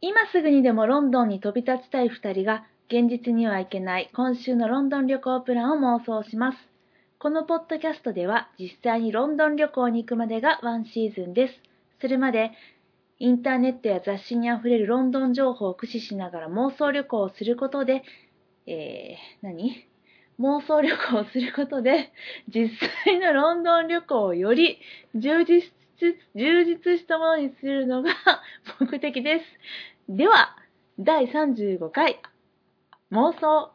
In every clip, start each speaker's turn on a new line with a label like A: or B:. A: 今すぐにでもロンドンに飛び立ちたい2人が現実には行けない今週のロンドン旅行プランを妄想しますこのポッドキャストでは実際にロンドン旅行に行くまでがワンシーズンですそれまでインターネットや雑誌にあふれるロンドン情報を駆使しながら妄想旅行をすることでえー、何妄想旅行をすることで実際のロンドン旅行をより充実充実したものにするのが目的ですでは第35回妄想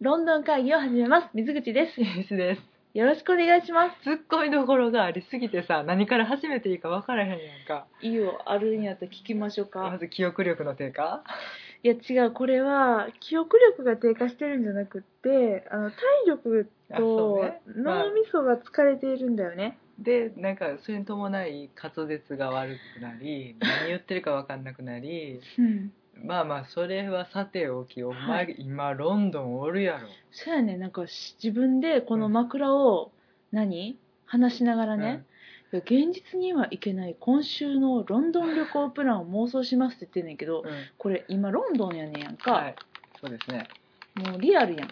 A: ロンドン会議を始めます水口です
B: ですです
A: よろしくお願いします
B: ツッコミどころがありすぎてさ何から始めていいか分からへんやんか
A: いいよあるんやったら聞きましょう
B: ま
A: か
B: ず記憶力の低下
A: いや違うこれは記憶力が低下してるんじゃなくってあの体力
B: あそう
A: と
B: ね
A: 脳みそが疲れているんだよね
B: でなんかそれに伴い滑舌が悪くなり何言ってるか分かんなくなり
A: うん
B: まあまあそれはさておきお前、
A: は
B: 今ロンドンおるやろ、
A: そうやねなんかし自分でこの枕を何話しながらね、いや現実には行けない今週のロンドン旅行プランを妄想しますって言ってんねんけど
B: うん、うん
A: これ今ロンドンやねんやんか、
B: はいそうですね
A: もうリアルやん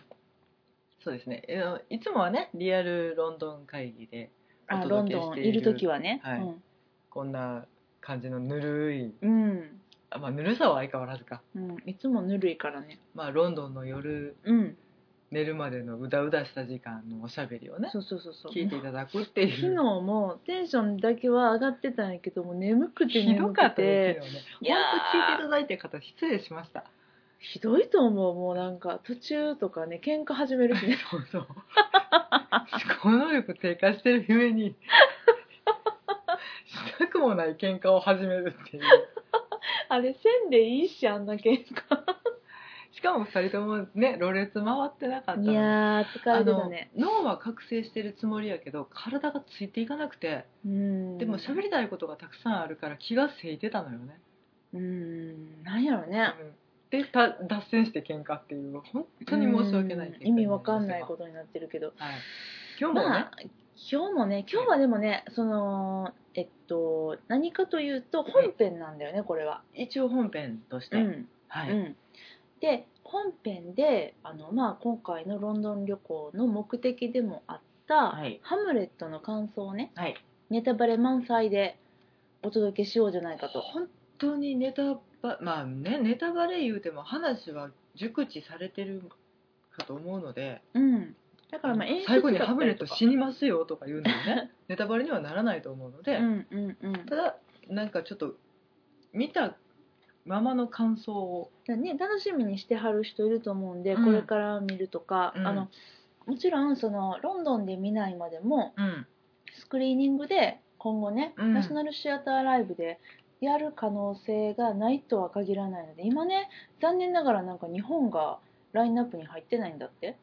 B: そうですねえーいつもはねリアルロンドン会議で
A: あ
B: お
A: ロン
B: 届け
A: ド
B: し
A: ン
B: て
A: い
B: い
A: る
B: る
A: 時はね、
B: はいこんな感じのぬるい
A: うん、
B: あまあぬるさは相変わらずか
A: うんうん、いつもぬるいからね
B: まあロンドンの夜
A: うん
B: 寝るまでのうだうだした時間のおしゃべりをね
A: そうそうそうそう
B: 聞いていただくっ
A: 昨
B: てい
A: 日
B: う
A: もテンションだけは上がってたんやけどもう眠くて
B: ひ
A: 眠
B: ど
A: く
B: かった
A: て
B: ですよね
A: いや
B: 本当聞いて
A: ー
B: いただいてる方失礼しました
A: ひどいと思うもうなんか途中とかね喧嘩始める しね
B: そうそう思考能力低下してるゆえに したくもない喧嘩を始めるっていう
A: あれせんでいいしあんな喧嘩
B: しかも2人ともねろれつ回ってなかったの
A: いやー疲
B: あ
A: れて
B: の
A: たね
B: 脳は覚醒してるつもりやけど体がついていかなくて
A: うん
B: でも喋りたいことがたくさんあるから気がせいてたのよね
A: うんなんやろね
B: でた脱線して喧嘩っていう本当に申し訳ない
A: うん意味わかんない
B: と、
A: ことになってるけど
B: はい、今日もね、
A: まあ今日もね今日はでもねそのえっと何かというと本編なんだよねこれは
B: 一応本編として、
A: うん
B: はい、
A: うん、で本編であの、まあ、今回のロンドン旅行の目的でもあった、
B: はい
A: ハムレットの感想をね
B: はい、
A: ネタバレ満載でお届けしようじゃないかと
B: 本当にネタバまあねネタバレ言うても話は熟知されてるかと思うので
A: うんだからまあ演出
B: 最後に「
A: だったりとか
B: ハムレット死にますよ」とか言うのも ねネタバレにはならないと思うので、
A: うんうんうんだか
B: ただなんかちょっと見たままの感想を
A: らね楽しみにしてはる人いると思うんで、
B: うん
A: これから見るとか、
B: うん
A: あのもちろんそのロンドンで見ないまでも
B: うん
A: スクリーニングで今後ね、
B: うん
A: ナショナルシアターライブでやる可能性がないとは限らないので今ね残念ながらなんか日本がラインナップに入ってないんだって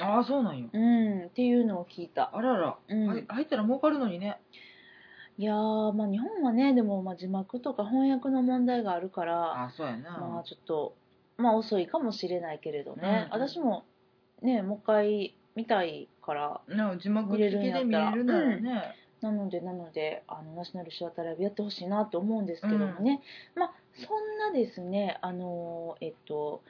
B: ああそうなんよ
A: うんっていうのを聞いた、
B: あらら、
A: うん
B: はい入ったら儲かるのにね
A: いやーまあ日本はねでもまあ字幕とか翻訳の問題があるから
B: あそうやな、
A: まあちょっとまあ遅いかもしれないけれどね、
B: うんうん
A: 私もねもう一回見たいから
B: な字幕付きで見れるならね、
A: なのでなのであのナショナルシアターライブやってほしいなと思うんですけどもね、まあそんなですねあのえっと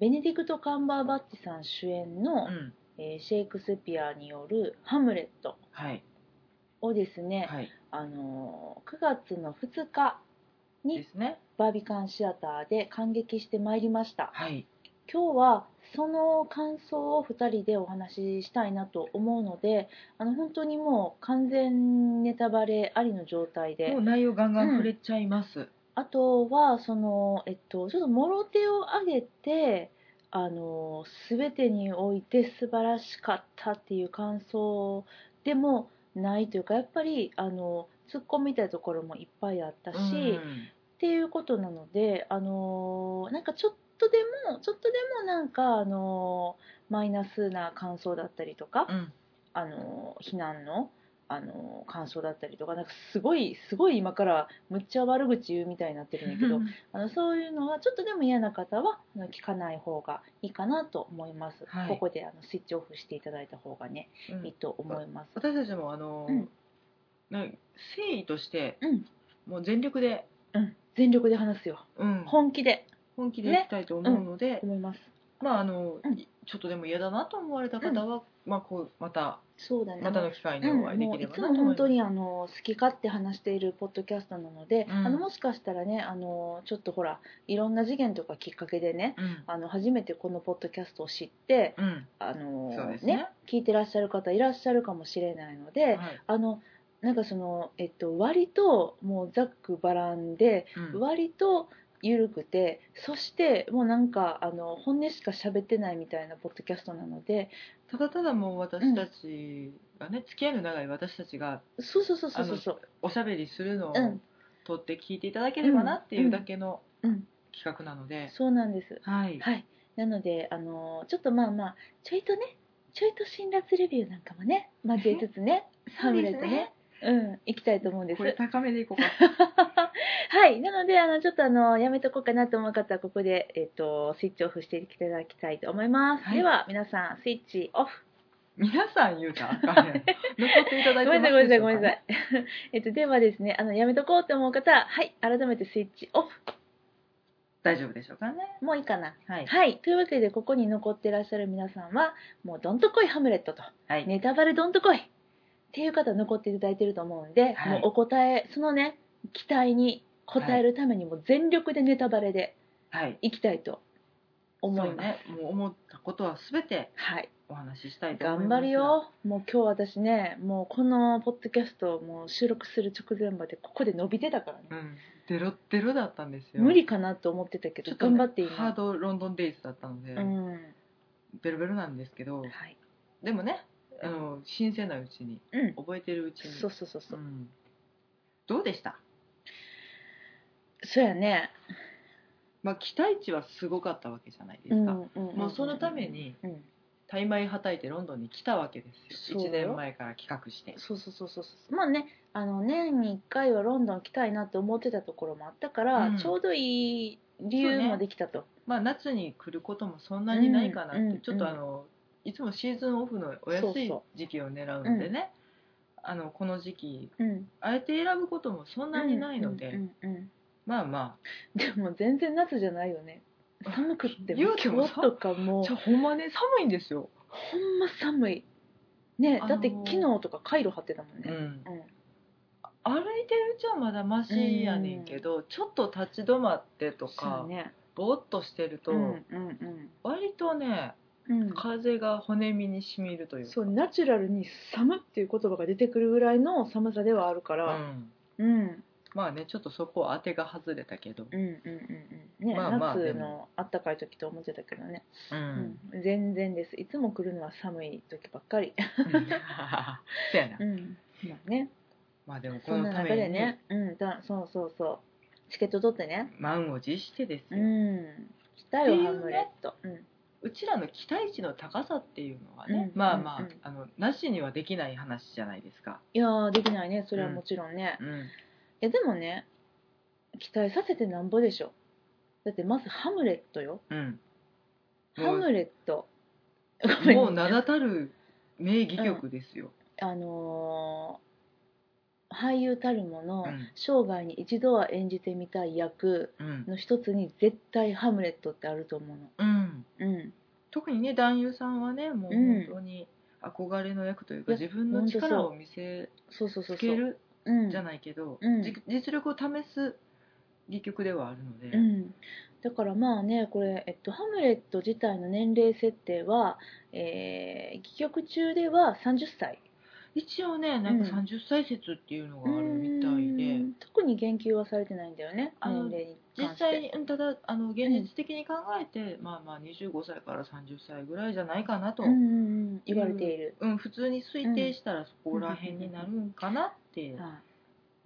A: ベネディクト・カンバーバッチさん主演の、
B: うん、
A: えーシェイクスピアによる「ハムレット
B: はい、」
A: をですね、
B: はい、
A: あの9月の2日
B: で
A: に
B: すね、
A: バービカンシアターで感激してまいりました
B: はい、
A: 今日はその感想を2人でお話ししたいなと思うのであの本当にもう完全ネタバレありの状態で
B: もう内容ガンガン触れちゃいます。
A: あとはその、えっと、ちょっともろ手を挙げてあの全てにおいて素晴らしかったっていう感想でもないというかやっぱりあの突っ込みたいところもいっぱいあったし、
B: うん
A: っていうことなので、あのーなんかちょっとでもちょっとでもなんか、あのーマイナスな感想だったりとか、
B: うん、
A: あのー非難の、あのー感想だったりとかなんかすごいすごい今からむっちゃ悪口言うみたいになってるんだけどあのそういうのはちょっとでも嫌な方はあの聞かない方がいいかなと思います、
B: はい
A: ここであのスイッチオフしていただいた方がね、
B: うん
A: いいと思います。
B: 私たちもあの
A: う
B: ー、
A: ん
B: な誠意として
A: うん
B: もう全力で
A: うん、全力で話すよ
B: うん、
A: 本気で
B: 本気でいきたいと思うので、
A: 思います
B: まああの、
A: うん
B: いちょっとでも嫌だなと思われた方は、まあこうまた
A: そうだね
B: またの機会に
A: うん、
B: お
A: も
B: 会いで
A: う
B: きれ
A: い
B: ば
A: つ
B: なと
A: も
B: 思いま
A: 本
B: す。
A: 当にあの好き勝手話しているポッドキャストなので、
B: うん
A: あのもしかしたらねあのちょっとほらいろんな事件とかきっかけでね
B: うん
A: あの初めてこのポッドキャストを知って
B: うん
A: あの
B: そうですね
A: ね聞いてらっしゃる方いらっしゃるかもしれないので、
B: はい
A: あのなんかその、えっと、割ともうざっくばらんで、
B: うん
A: 割と緩くてそしてもうなんかあの本音しか喋ってないみたいなポッドキャストなので
B: ただただもう私たちがね、付き合いの長い私たちが
A: そうそうそうそうそうそう
B: おしゃべりするのを
A: うん
B: 撮って聞いていただければなっていうだけの
A: うん
B: 企画なので、
A: そうなんです
B: はい、
A: はい、なので、あのーちょっとまあまあちょいとねちょいと辛辣レビューなんかもね交えつつ ねハムレットねうん行きたいと思うんです
B: これ高めでいこうか。
A: はいなのであのちょっとあのやめとこうかなと思う方はここで、えっとスイッチオフしていただきたいと思います、
B: はい
A: では皆さんスイッチオフ
B: 皆さん言うたらあかん ねん残っていただ
A: ご
B: い
A: め
B: て
A: ん
B: ま
A: な
B: す
A: さいごめん
B: で
A: なさ
B: し
A: いごめんなさ
B: ょうか
A: い えっとではですねあのやめとこうと思う方ははい改めてスイッチオフ
B: 大丈夫でしょうかね。
A: もういいかな
B: はい。
A: はいというわけでここに残っていらっしゃる皆さんはもうどんとこいハムレットと
B: はい。
A: ネタバレどんとこいっていう方残っていただいてると思うんで、
B: はい
A: もうお答えそのね期待に応えるためにも全力でネタバレで
B: はい。
A: いきたいと思い
B: そう
A: ます、
B: ね。もう思ったことはすべて
A: はい
B: お話ししたいと思
A: 頑
B: います。
A: 張る。よもう今日私ねもうこのポッドキャストをもう収録する直前までここで伸びてたからね
B: うん。デロッデロだったんですよ。
A: 無理かなと思ってたけ
B: ち
A: ど、
B: ょっとね
A: 頑張っていい
B: ハードロンドンデイズだったので、
A: うんは
B: ベロベロなんですけど、
A: い
B: でもね、あの新鮮なうちに
A: うん
B: 覚えてるうちに。
A: そうそうそうそう、
B: うんどうでした？
A: そうやね
B: まあ期待値はすごかったわけじゃないです
A: ん
B: か。
A: んん
B: もうそのために
A: うん
B: 大枚はたいてロンドンに来たわけですよ。
A: そう
B: 1
A: だよ
B: 年前から企画して。
A: そうそうそうそうそうまあねあの年に1回はロンドン来たいなと思ってたところもあったから、
B: うん
A: ちょうどいい理由もできたと
B: まあ夏に来ることもそんなにないかなって、
A: うんうん
B: ちょっとあのいつもシーズンオフのお安い時期を狙うんでねあのこの時期
A: う,、
B: あえて選ぶこともそん
A: ん
B: なにないの
A: う
B: で、
A: んうんうん
B: まあま
A: でも全然夏じゃないよね寒くって
B: 言
A: も
B: うても
A: 今日とかも
B: あ
A: う
B: じゃあほんまね寒いんですよ、
A: ほんま寒いね
B: あのー
A: だって昨日とかカイロ張ってたもん
B: う
A: ね、
B: ん、
A: うん
B: 歩いてるうちはまだマシやねんけど、ちょっと立ち止まってと
A: そう
B: か、
A: ね
B: ぼーっとしてると、
A: うんうん
B: 割とね
A: うんうん
B: 風が骨身にしみるというか
A: そうナチュラルに「寒」っていう言葉が出てくるぐらいの寒さではあるか
B: う
A: ら、
B: ん
A: うん、
B: まあねちょっとそこ当てが外れたけど、
A: うんうんうんうんね、
B: まあまあ
A: 夏
B: でも
A: のあったかい時と思ってたけどね、
B: う、
A: うん 全然ですいつも来るのは寒い時ばっかり
B: そうやな
A: うん まあね
B: まあでもこ
A: そん
B: の
A: な
B: た
A: 中
B: め
A: で
B: にね
A: ねうんだそうそうそうチケット取ってね
B: 満を持してです
A: う
B: よ、うん
A: 来たよ
B: っていうね
A: ハムレット、うん、
B: ちらの期待値の高さっていうのはね、
A: うん
B: まあまあ,、
A: うんうん
B: あのなしにはできない話じゃないですか、
A: いやーできないねそれはもちろんね、
B: うん、
A: いやでもね期待させてなんぼでしょだってまずハムレットよ
B: うん
A: ハ
B: も
A: ムレットご
B: う
A: めん
B: もう名だたる名戯曲ですよ、
A: あのー俳優たるもの、
B: うん
A: 生涯に一度は演じてみたい役
B: うん
A: の一つに絶対ハムレットってあると思うの。
B: うん
A: うん、
B: 特にね男優さんはねもう
A: うん
B: 本当に憧れの役というか、
A: いや
B: 自分の力を見せ
A: そうそうそう
B: つ
A: そう。
B: ける
A: うん、
B: じゃないけど、
A: うん
B: じ実力を試す戯曲ではあるので、
A: うん。だからまあねこれ、えっと、ハムレット自体の年齢設定は、えー、戯曲中では30歳
B: 一応ねなんか
A: うん
B: 30歳説っていうのがあるみたいで、
A: うん特に言及はされてないんだよね
B: あの
A: 年齢に関
B: 実
A: して
B: 際にうんただあの現実的に考えて、まあまあ25歳から30歳ぐらいじゃないかなと、
A: う
B: うん
A: うんんうん、言われている。
B: 普通に推定したらそこら辺になるんかなってい
A: は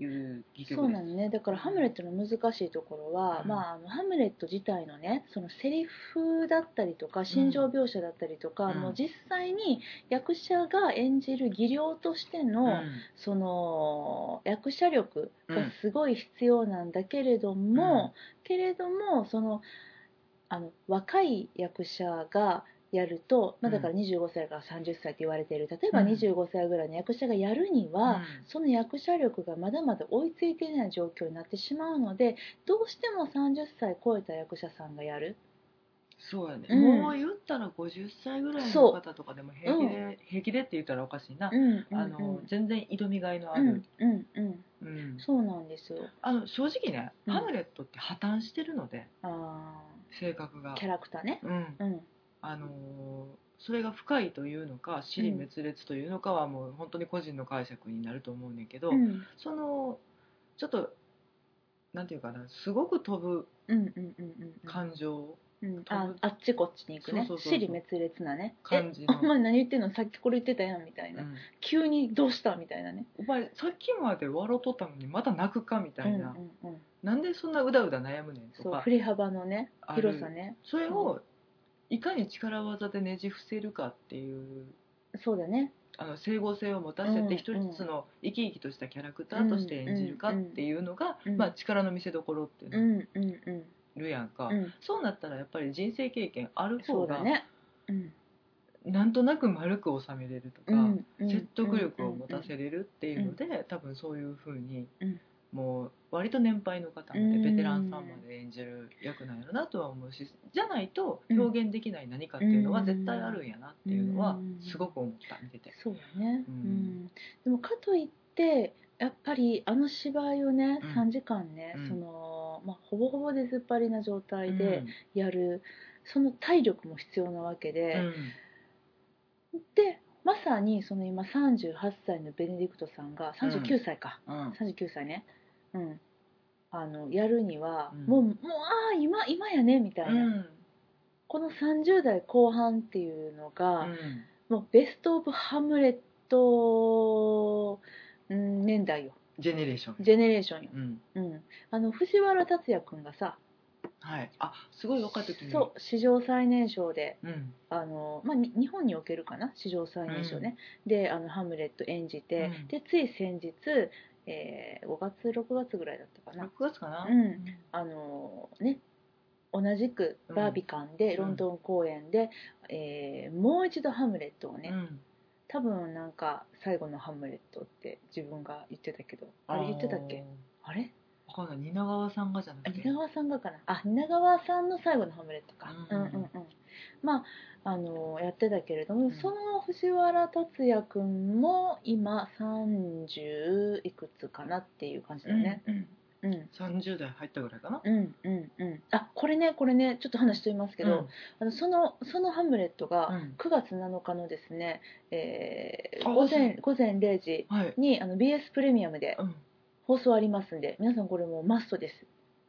A: いう
B: 戯
A: そ
B: 曲
A: う
B: で
A: な
B: す。
A: のねだから「ハムレット」の難しいところは、
B: うん
A: まあ、あのハムレット自体のねそのセリフだったりとか心情描写だったりとか、
B: うん
A: もう実際に役者が演じる技量としての、
B: うん
A: その役者力がすごい必要なんだけれども、けれどもそのあの若い役者がやると、まあ、
B: うん
A: だから25歳から30歳って言われている例えば
B: うん
A: 25歳ぐらいの役者がやるには、その役者力がまだまだ追いついていない状況になってしまうのでどうしても30歳超えた役者さんがやる
B: そうやね、
A: うん
B: もう言ったら50歳ぐらい
A: そ
B: の
A: う
B: 方とかでも平気で、平気でって言ったらおかしいな、
A: うんうん
B: あの全然挑みがいのあ
A: うんうん
B: る、
A: うんうん
B: うん
A: そうなんですよ
B: あの正直ね、
A: うん
B: ハムレットって破綻してるので
A: あ
B: 性格が
A: ーキャラクターね
B: うん
A: うん
B: あのーそれが深いというのか尻滅裂というのかはもう本当に個人の解釈になると思うねんけど、
A: うん
B: そのちょっとなんていうかなすごく飛ぶ
A: うんうんうんうん
B: 感情
A: うんああっちこっちに行くね
B: そうそうそうそう
A: 尻滅裂なね
B: 感じ
A: え
B: の
A: あんまり何言ってんのさっきこれ言ってたやんみたいな、
B: うん
A: 急にどうしたみたいなね
B: お前さっきまで笑っとったのにまた泣くかみたいな、
A: うんうんうん、
B: なんでそんなうだうだ悩むねんと
A: そう
B: か
A: 振り幅のね
B: ある
A: 広さね
B: それをいかに力技でねじ伏せるかっていう
A: そうだね
B: あの整合性を持たせ
A: うん
B: て一人ずつの生き生きとしたキャラクターとして演じるかっていうのが、
A: うん
B: まあ、力の見せ所っていう
A: う
B: の
A: んうんうん
B: るやんか、
A: うん
B: そうなったらやっぱり人生経験ある
A: そ
B: 方
A: うだ
B: が
A: ねうん
B: なんとなく丸く収めれるとか、
A: うんうん
B: 説得力を持たせれるっていうので、多分そういうふうに、
A: うん
B: もう割と年配の方ま
A: う
B: で
A: ん
B: ベテランさんまで演じる役なんやろなとは思うしじゃないと表現できない何かっていうのは絶対あるんやなっていうのは
A: うん
B: すごく思った見てて。
A: そうだね、う
B: うんん
A: でもかといってやっぱりあの芝居をね、
B: うん
A: 3時間ね、
B: うん
A: そのまあ、ほぼほぼ出ずっぱりな状態でやる、その体力も必要なわけ
B: うん
A: で、でまさにその今38歳のベネディクトさんが39歳か、
B: うんうん
A: 39歳ね、うん、あのやるには、
B: うん
A: もうもうああ今今やねみたいな、この30代後半っていうのが、
B: うん
A: もうベスト・オブ・ハムレットうん年代よ
B: ジェネレーション。
A: ジェネレーションよ、
B: うん
A: うん、あの藤原竜也君がさ
B: はい、あすごい若い時に
A: そう史上最年少で
B: うん
A: あの、まあ、に日本におけるかな史上最年少ね、であのハムレット演じて、
B: うん
A: でつい先日、え5月6月ぐらいだったかな
B: 6月かな、
A: うんあのね同じくバービカンで、
B: うん
A: ロンドン公演で、えーもう一度ハムレットをね、
B: うん
A: 多分なんか最後の「ハムレット」って自分が言ってたけどあれ言ってたっけあれ
B: わかんない蜷川さんがじゃな
A: あ
B: くて
A: 蜷川さんがかなあ蜷川さんの最後の「ハムレットか」う
B: うんん
A: うんうんまああのやってたけれども、
B: ん
A: その藤原竜也君も今30いくつかなっていう感じだね
B: うんうん
A: うん、
B: 30代入ったぐらいかな
A: うんうんうんあこれねこれねちょっと話しと言いますけど、あのそのそのハムレット
B: う
A: が
B: ん
A: 9月7日のですね、えー
B: あ
A: 午前午前0時
B: はい、
A: にあの BS プレミアムで
B: うん、
A: 放送ありますんで皆さんこれもうマストです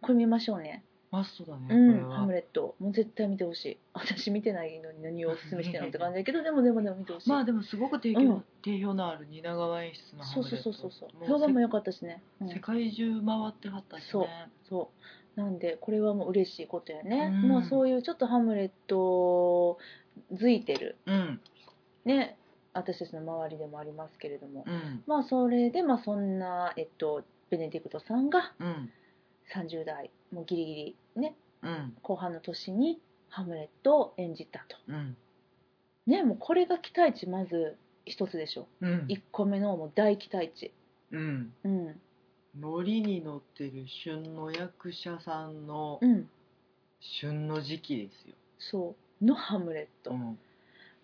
A: これ見ましょうね
B: マストだね、
A: う
B: これ
A: ん
B: は
A: ハムレットもう絶対見てほしい私見てないのに何をおすすめしてるのって感じだけどでもでもでも見てほしい、
B: まあでもすごく定評,、
A: うん
B: 定評のある蜷川演出のハ
A: そう
B: ムレ
A: そう
B: ット
A: そうそうそう
B: も
A: 評判も
B: せ
A: 良かったしね、うん
B: 世界中回ってはったしね
A: そうそうなんでこれはもう嬉しいことやね、
B: うん
A: まあそういうちょっとハムレットづいてる
B: うん
A: ね私たちの周りでもありますけれども、
B: うん
A: まあそれでまあそんなえっとベネディクトさんが
B: うん
A: 30代もうギリギリね
B: うん
A: 後半の年にハムレットを演じたと
B: うん
A: ねもうこれが期待値まず一つでしょ
B: うん
A: 1個目のもう大期待値
B: うん
A: うん
B: 乗りに乗ってる旬の役者さんの
A: うん
B: 旬の時期ですよ、
A: そうのハムレット、
B: うん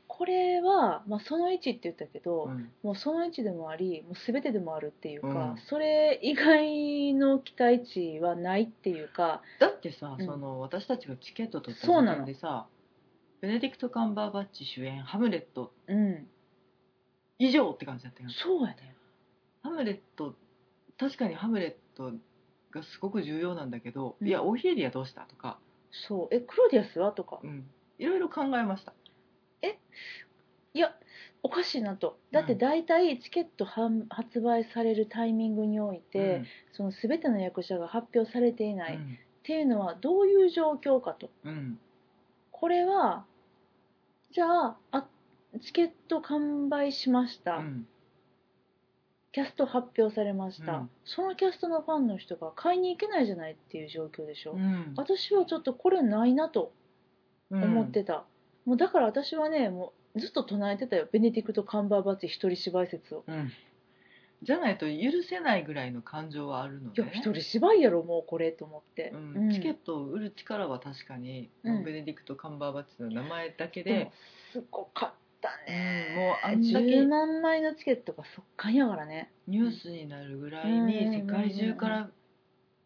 A: これは、まあ、その1って言ったけど、
B: うん
A: もうその1でもありもう全てでもあるっていうか、
B: うん
A: それ以外の期待値はないっていうか
B: だってさ、
A: うん
B: その私たちがチケット取った
A: そう
B: 時
A: なの
B: 点でさベネディクト・カンバーバッチ主演「ハムレット
A: うん」
B: 以上って感じだったよ
A: そうやね
B: ハムレット確かにハムレットがすごく重要なんだけど、
A: うん
B: いやオヒエリアどうしたとか、
A: そうえクロディアスはとか
B: うん、いろいろ考えました
A: いやおかしいなとだって大体チケット販発売されるタイミングにおいて、その全ての役者が発表されてい
B: うん
A: ない、っていうのはどういう状況かと
B: うん
A: これはじゃああチケット完売しました、
B: うん
A: キャスト発表されました、
B: うん
A: そのキャストのファンの人が買いに行けないじゃないっていう状況でしょ、
B: うん
A: 私はちょっとこれないなと
B: うん
A: 思ってた、もうだから私はねもうずっと唱えてたよベネディクト・カンバーバッチ一人芝居説を
B: うん、じゃないと許せないぐらいの感情はあるの
A: い
B: で、
A: や一人芝居やろもうこれと思って、
B: うん
A: うん
B: チケットを売る力は確かに、
A: うん
B: ベネディクト・カンバーバッチの名前だけ
A: でも
B: で、
A: すごかったね、
B: うんもうあんだけ
A: 10万枚のチケットが速乾やからね
B: ニュースになるぐらいに
A: うん
B: 世界中から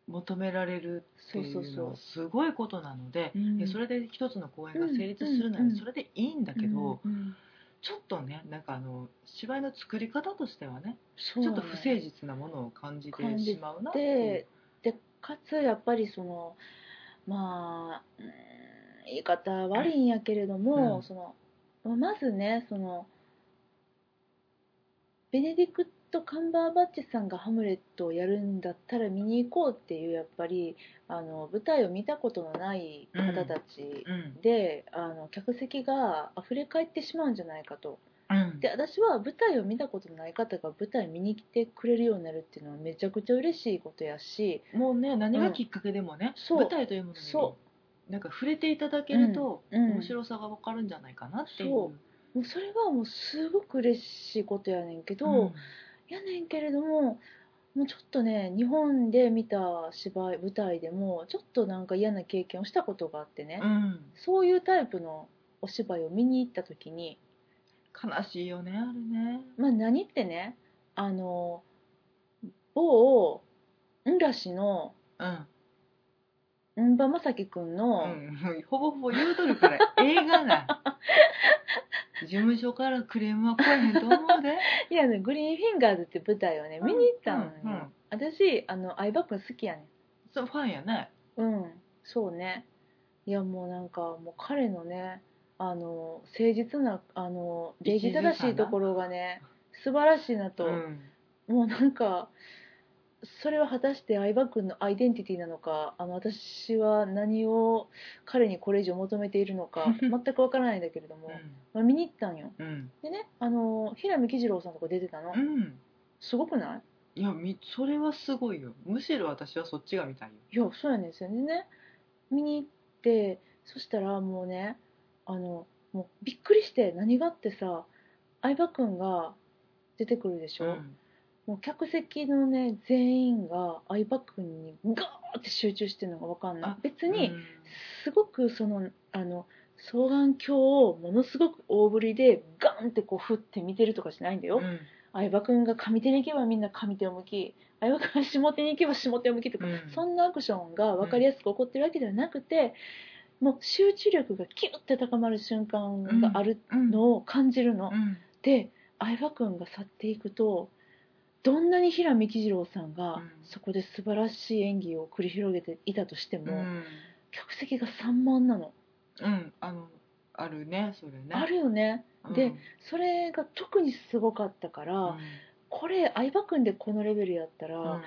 B: 求められるって
A: そう
B: い
A: そう
B: うの
A: そ
B: はすごいことなので
A: う、うん
B: でそれで一つの公演が成立するな
A: うんう
B: ら
A: ん
B: それでいいんだけど、
A: うんうん
B: ちょっとねなんかあの芝居の作り方としてはね
A: そう
B: ち
A: な
B: ょっ
A: の
B: と不誠実なものを感じて
A: 感じ
B: しまうなっていう
A: ででかつやっぱりそのまあ、うーん言い方悪いんやけれども、
B: うん
A: そのまずねそのベネディクト・カンバーバッチさんが「ハムレット」をやるんだったら見に行こうっていうやっぱりあの舞台を見たことのない方たち
B: うん
A: で、あの客席が溢れ返ってしまうんじゃないかと。
B: うん
A: で私は舞台を見たことのない方が舞台見に来てくれるようになるっていうのはめちゃくちゃ嬉しいことやし
B: もうね何がきっかけでもね、
A: そう
B: 舞台というもの
A: そ
B: になんか触れていただけると、
A: うんうん
B: 面白さがわかるんじゃないかなってい
A: そ
B: う。
A: もうそれはもうすごく嬉しいことやねんけど、
B: うん
A: やねんけれどももうちょっとね日本で見た芝居舞台でもちょっとなんか嫌な経験をしたことがあってね、
B: うん
A: そういうタイプのお芝居を見に行った時に、
B: 悲しいよねあれね。
A: まあ、何ってねあの某浦市の
B: うん
A: んばまさきくんの、
B: うん、もうほぼほぼ言うとるから映画なん 事務所からクレームは来えへんと思うで
A: いやね、グリーンフィンガーズって舞台をね、見に行ったのよ。
B: うんうん
A: 私、あの、相葉くん好きやね
B: そうファンやね
A: ん。うん、そうね。いや、もうなんか、もう彼のね、あの、誠実な、あの、礼儀正しいところがね、素晴らしいなと、
B: うん
A: もうなんか、それは果たして相葉くんのアイデンティティなのか、あの、私は何を彼にこれ以上求めているのか、 全くわからないんだけれども、まあ、見に行ったんよ。
B: うん
A: でね、あの、平見喜二郎さんとか出てたの
B: う。ん
A: すごくない
B: いやみそれはすごいよむしろ私はそっちが見たいよ
A: いやそうやねんですよねね見に行ってそしたらもうねあのもうびっくりして何があってさ相葉君が出てくるでしょ、
B: うん
A: もう客席のね全員が相葉君にガーって集中してるのが分かんない
B: あ
A: 別に
B: うん
A: すごくそのあの双眼鏡をものすごく大振りでガンってこう振って見てるとかじゃないんだよ、
B: うん
A: 相葉君が上手に行けばみんな上手を向き相葉君が下手に行けば下手を向きとか
B: うん
A: そんなアクションが分かりやすく起こってるわけではなくて、もう集中力がキュッて高まる瞬間がある
B: うん
A: のを感じるの。
B: うん
A: で相葉君が去っていくとどんなに平幹二郎さん
B: う
A: が
B: ん
A: そこで素晴らしい演技を繰り広げていたとして
B: う
A: も、
B: ん
A: 客席が散漫なの、
B: うんあのあるねそれね
A: あるよね
B: うん
A: でそれが特にすごかったから、
B: う
A: これ相葉君でこのレベルやったら、
B: んうん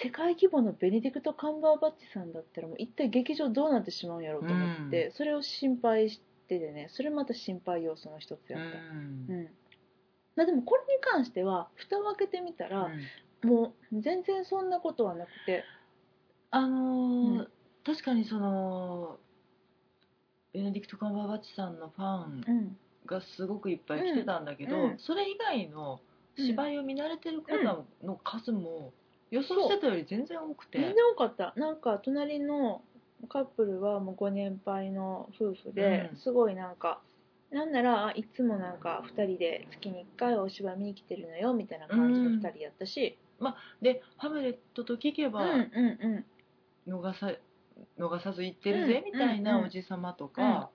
A: 世界規模のベネディクト・カンバーバッチさんだったらもう一体劇場どうなってしまうんやろうと思って、
B: う
A: それを心配しててねそれまた心配要素の一つ
B: う
A: やった、
B: ん
A: うんまあ、でもこれに関しては蓋を開けてみたら、もう全然そんなことはなくて
B: あのー
A: うん
B: 確かにそのベネディクト・カンバーバッチさんのファン
A: うん
B: がすごくいっぱい来てたんだけど、
A: うんうん
B: それ以外の芝居を見慣れてる方の数も予想してたより全然多くて、
A: みんな多かったなんか隣のカップルはもうご年配の夫婦で、
B: うん
A: すごいなんかなんならあいつもなんか2人で月に1回お芝居見に来てるのよみたいな感じの2人やったし、
B: で「ハムレット」と聞け
A: うん、
B: ば
A: うんうん
B: 逃さ,、逃さず行ってるぜ
A: うん
B: みたいな
A: うん
B: おじさまとか、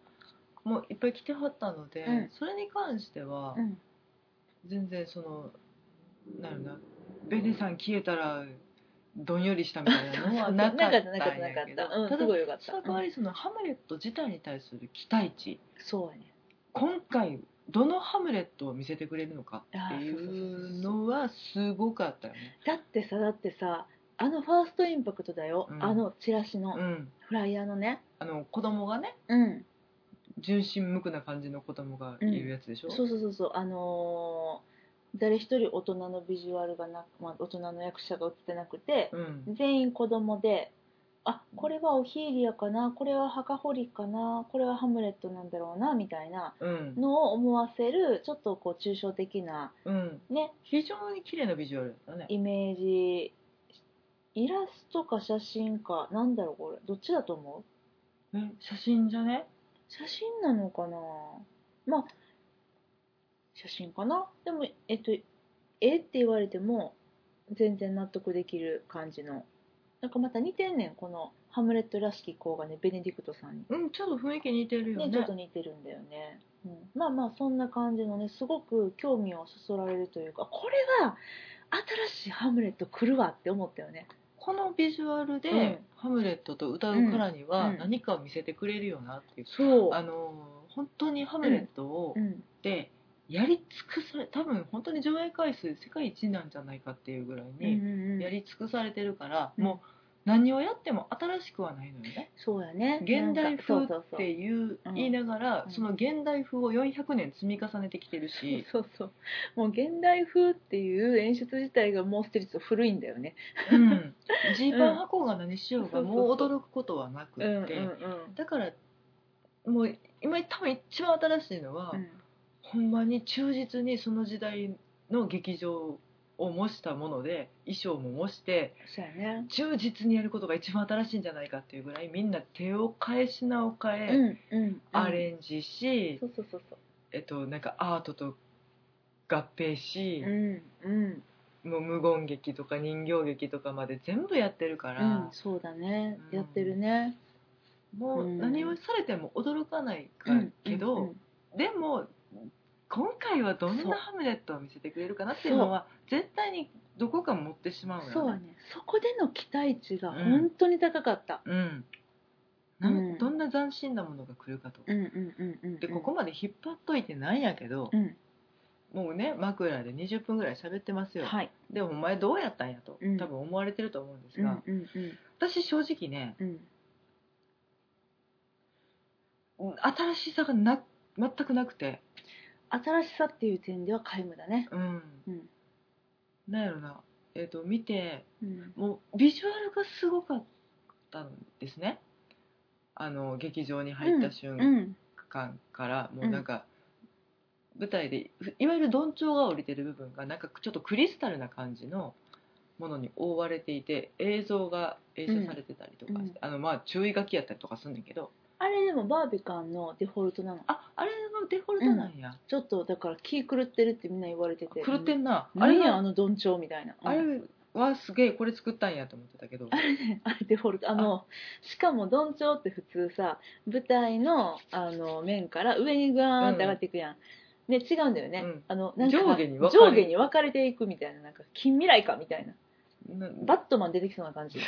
B: もういっぱい来てはったので、
A: うん
B: それに関しては
A: うん
B: 全然そのなんやろなベネさん消えたらどんよりしたみたいなのはなかったんやけど
A: なかったなかったうん
B: た
A: す
B: だ
A: ごいよかっ
B: そ
A: た、
B: の代わりその「ハムレット」自体に対する期待値
A: そうやね
B: 今回どのハムレットを見せてくれるのか
A: あー
B: って
A: そうそうそうそう
B: いうのはすごかったよね。
A: だってさだってさあのファーストインパクトだよ、
B: うん
A: あのチラシの、
B: うん、
A: フライヤーのね
B: あの子供がね
A: うん
B: 純真無垢な感じの子供がいるやつでしょ、
A: そうそうそうそうあのー誰一人大人のビジュアルがなく、まあ、大人の役者が映ってなくて、
B: うん
A: 全員子供であこれはオヒーリアかなこれは墓堀かなこれはハムレットなんだろうなみたいな
B: うん、
A: のを思わせるちょっとこう抽象的な
B: うん、
A: ね
B: 非常に綺麗なビジュアルだね
A: イメージイラストか写真かなんだろうこれどっちだと思う
B: ね写真じゃね
A: 写真なのかなまあ写真かなでもえっと絵って言われても全然納得できる感じのなんかまた似てんねんこのハムレットらしき子がねベネディクトさんに
B: うんちょっと雰囲気似てるよね
A: ねちょっと似てるんだよね、うん、まあまあそんな感じのねすごく興味をそそられるというかこれは新しいハムレット来るわって思ったよね
B: このビジュアルで、
A: うん
B: ハムレットと歌うからには
A: うん
B: 何かを見せてくれるよなっていう、
A: そう
B: あのー本当にハムレットを、
A: うん
B: でやり尽くされ多分本当に上映回数世界一なんじゃないかっていうぐら
A: う
B: い
A: んう
B: に
A: んうん
B: やり尽くされてるから、
A: うん
B: もう何をやっても新しくはないのよね、
A: そうやね
B: 現代
A: なん
B: 風
A: かそうそう
B: っ
A: そう
B: ていう言いながら、
A: うん
B: その現代風を400年積み重ねてきて るし、
A: そうそうもう現代風っていう演出自体がもうステリス古いんだよね
B: うんジーパン箱が何しようが
A: うん
B: もう驚くことはなくって、
A: うんうんうん
B: だからもう今多分一番新しいのは、ほんまに忠実にその時代の劇場を模したもので衣装も模して
A: そうやね
B: 忠実にやることが一番新しいんじゃないかっていうぐらいみんな手を変え品を変え、
A: うんうん
B: アレンジし、
A: そうそうそうそう
B: えっと、なんかアートと合併し
A: う、んうん
B: もう無言劇とか人形劇とかまで全部やってるか
A: う
B: ら
A: ん、そうだね
B: うん
A: やってるね
B: もう
A: うん
B: 何をされても驚かないか
A: うん
B: けど、
A: うんうん
B: でも今回はどん
A: そう
B: なハムレットを見せてくれるかなっていうのは絶対にどこか持ってしまうよね
A: そうやねそこでの期待値が本当に高かった
B: うんな
A: うん
B: どんな斬新なものが来るかと、
A: うんうんうんうんうん
B: でここまで引っ張っといてないんやけど
A: う、ん
B: もうね枕で20分ぐらい喋ってますよ、
A: はい
B: でもお前どうやったんやと、
A: うん
B: 多分思われてると思うんです
A: うん
B: が、
A: うんうん
B: 私正直ね
A: うん
B: 新しさがな全くなくて
A: 新しさっていう点では皆無だね
B: うん
A: うん
B: なんやろなえっ、と見て
A: うん
B: もうビジュアルがすごかったんですねあの劇場に入った
A: う
B: 瞬
A: ん
B: 間から、
A: ん
B: もうなんか、舞台でいわゆるどんちょうが降りてる部分がなんかちょっとクリスタルな感じのものに覆われていて映像が映写されてたりとかして、あのまあ注意書きやったりとかするんだけど
A: あれでもバービカンのデフォルトなの
B: ああれのデフォルトなんや、
A: ちょっとだから気狂ってるってみんな言われてて
B: 狂ってんな、
A: うん
B: あれ
A: 何やあ
B: が
A: のどんち ょうみたいな
B: あれはすげえこれ作ったんやと思ってたけど
A: あれねあれデフォルトあのしかもどんちょうって普通さ舞台のあの面から上にグワーンって上がっていくやん、ね違うんだよね、
B: うん
A: あのなんか
B: 上下に分かれ
A: 上下に分かれていくみたいななんか近未来かみたいな
B: な
A: バットマン出てきそうな 感じ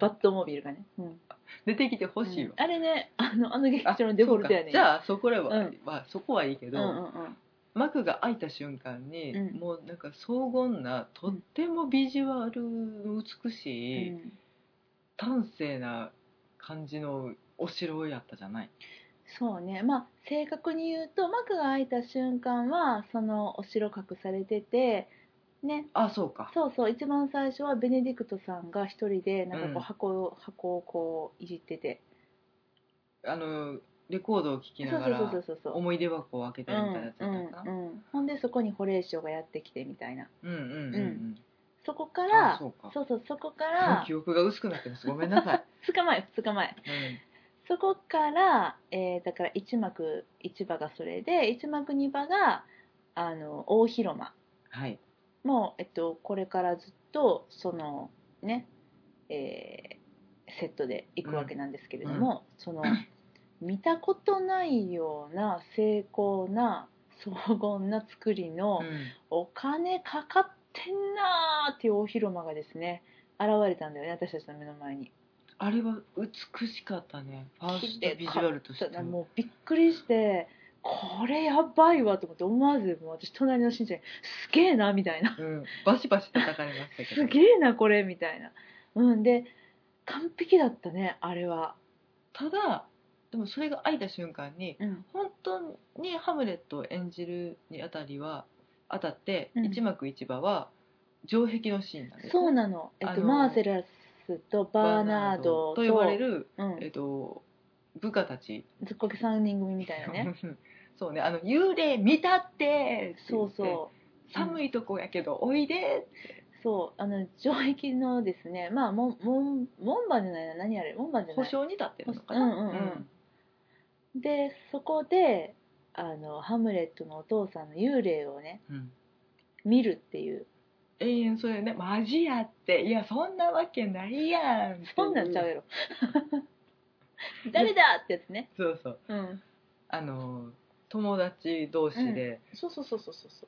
A: バットモービルがね、うん、
B: 出てきてほしいわ
A: うん、あれねあのあの劇
B: あ
A: 場のデフォルトやね
B: そうか
A: ん
B: じゃあそこらは、
A: うん
B: まあそこはいいけ
A: うん
B: ど、
A: うんうん
B: 幕が開いた瞬間に、
A: うん
B: もうなんか荘厳なとってもビジュアルの美
A: う
B: しい、
A: ん
B: 端正な感じのお城やったじゃない、
A: そうねまあ正確に言うと幕が開いた瞬間はそのお城隠されててね
B: あそうか
A: そうそう一番最初はベネディクトさんが一人でなんかこ
B: うん
A: う箱を、箱をこういじってて
B: あのレコードを聴き
A: そう
B: なが
A: そうそ
B: ら
A: うそうそう
B: 思い出箱を開けて
A: う
B: る
A: ん
B: みたいなやつ
A: う
B: やっ
A: ん
B: たかな
A: うんほんでそこにホレーショがやってきてみたいな
B: うんうんうん
A: そこか
B: うん
A: ら
B: あそうか
A: そうそうそこから
B: 記憶が薄くなってますごめん なさい、
A: 2日前2日前そこから、えーだから1幕1場がそれで1幕2場があの大広間
B: うん、はい
A: もう、えっと、これからずっとそのね、えーセットで行くわけなんですけれども、その見たことないような精巧な荘厳な作りの、
B: うん
A: お金かかってんなーっていう大広間がですね現れたんだよね私たちの目の前に
B: あれは美しかったねファーストビジュアルとして
A: 綺麗かったな
B: も
A: もうびっくりしてこれやばいわと思って思わずもう私隣のしんちゃんにすげえなみたいな
B: うん、バシバシ叩かれましたけど
A: すげえなこれみたいなうんで完璧だったねあれは
B: ただでもそれが開いた瞬間に
A: うん
B: 本当にハムレットを演じるにあたりはあたって、
A: うん
B: 一幕一場は城壁のシーンなんですね
A: そうなのえっと
B: あの
A: マーセラスとバーナード
B: と呼ばれる、
A: うん
B: えっと、部下たち
A: ずっこけ3人組みたいなね
B: そうねあの幽霊見たって
A: そうそう
B: う寒いとこやけどおいで
A: そうあの城壁のですねまあもん門門番じゃないな何あれ門番じゃな
B: 保
A: い
B: 証に立ってるのかな、
A: うんうんうんでそこであのハムレットのお父さんの幽霊をね
B: うん
A: 見るっていう
B: 永遠それねマジやっていやそんなわけないやんって
A: そんなんちゃうやろ 誰だってやつね、
B: そうそう
A: うん、
B: あの友達同士で
A: そうそうそうそうそうそ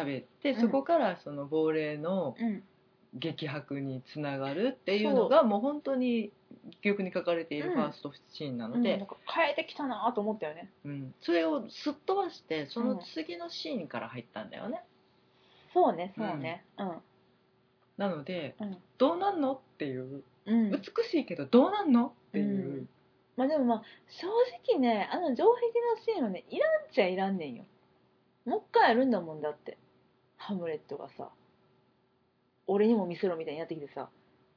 B: 喋って、
A: うん
B: そこからその亡霊の
A: う、うん、
B: 激白につながるっていうのがもう本当に記憶に書かれているファーストシーンなの
A: うんな
B: で
A: ん、か変えてきたなと思ったよね
B: うんそれをすっ飛ばしてその次のシーンから入ったんだよね、
A: そうねそうねうん
B: なので
A: うん、
B: どうなんのっていう
A: うん
B: 美しいけどどうなんのっていう、
A: うんまあでもまあ正直ねあの城壁のシーンはねいらんっちゃいらんねんよもう一回やるんだもんだってハムレットがさ俺にも見せろみたいになってきてさ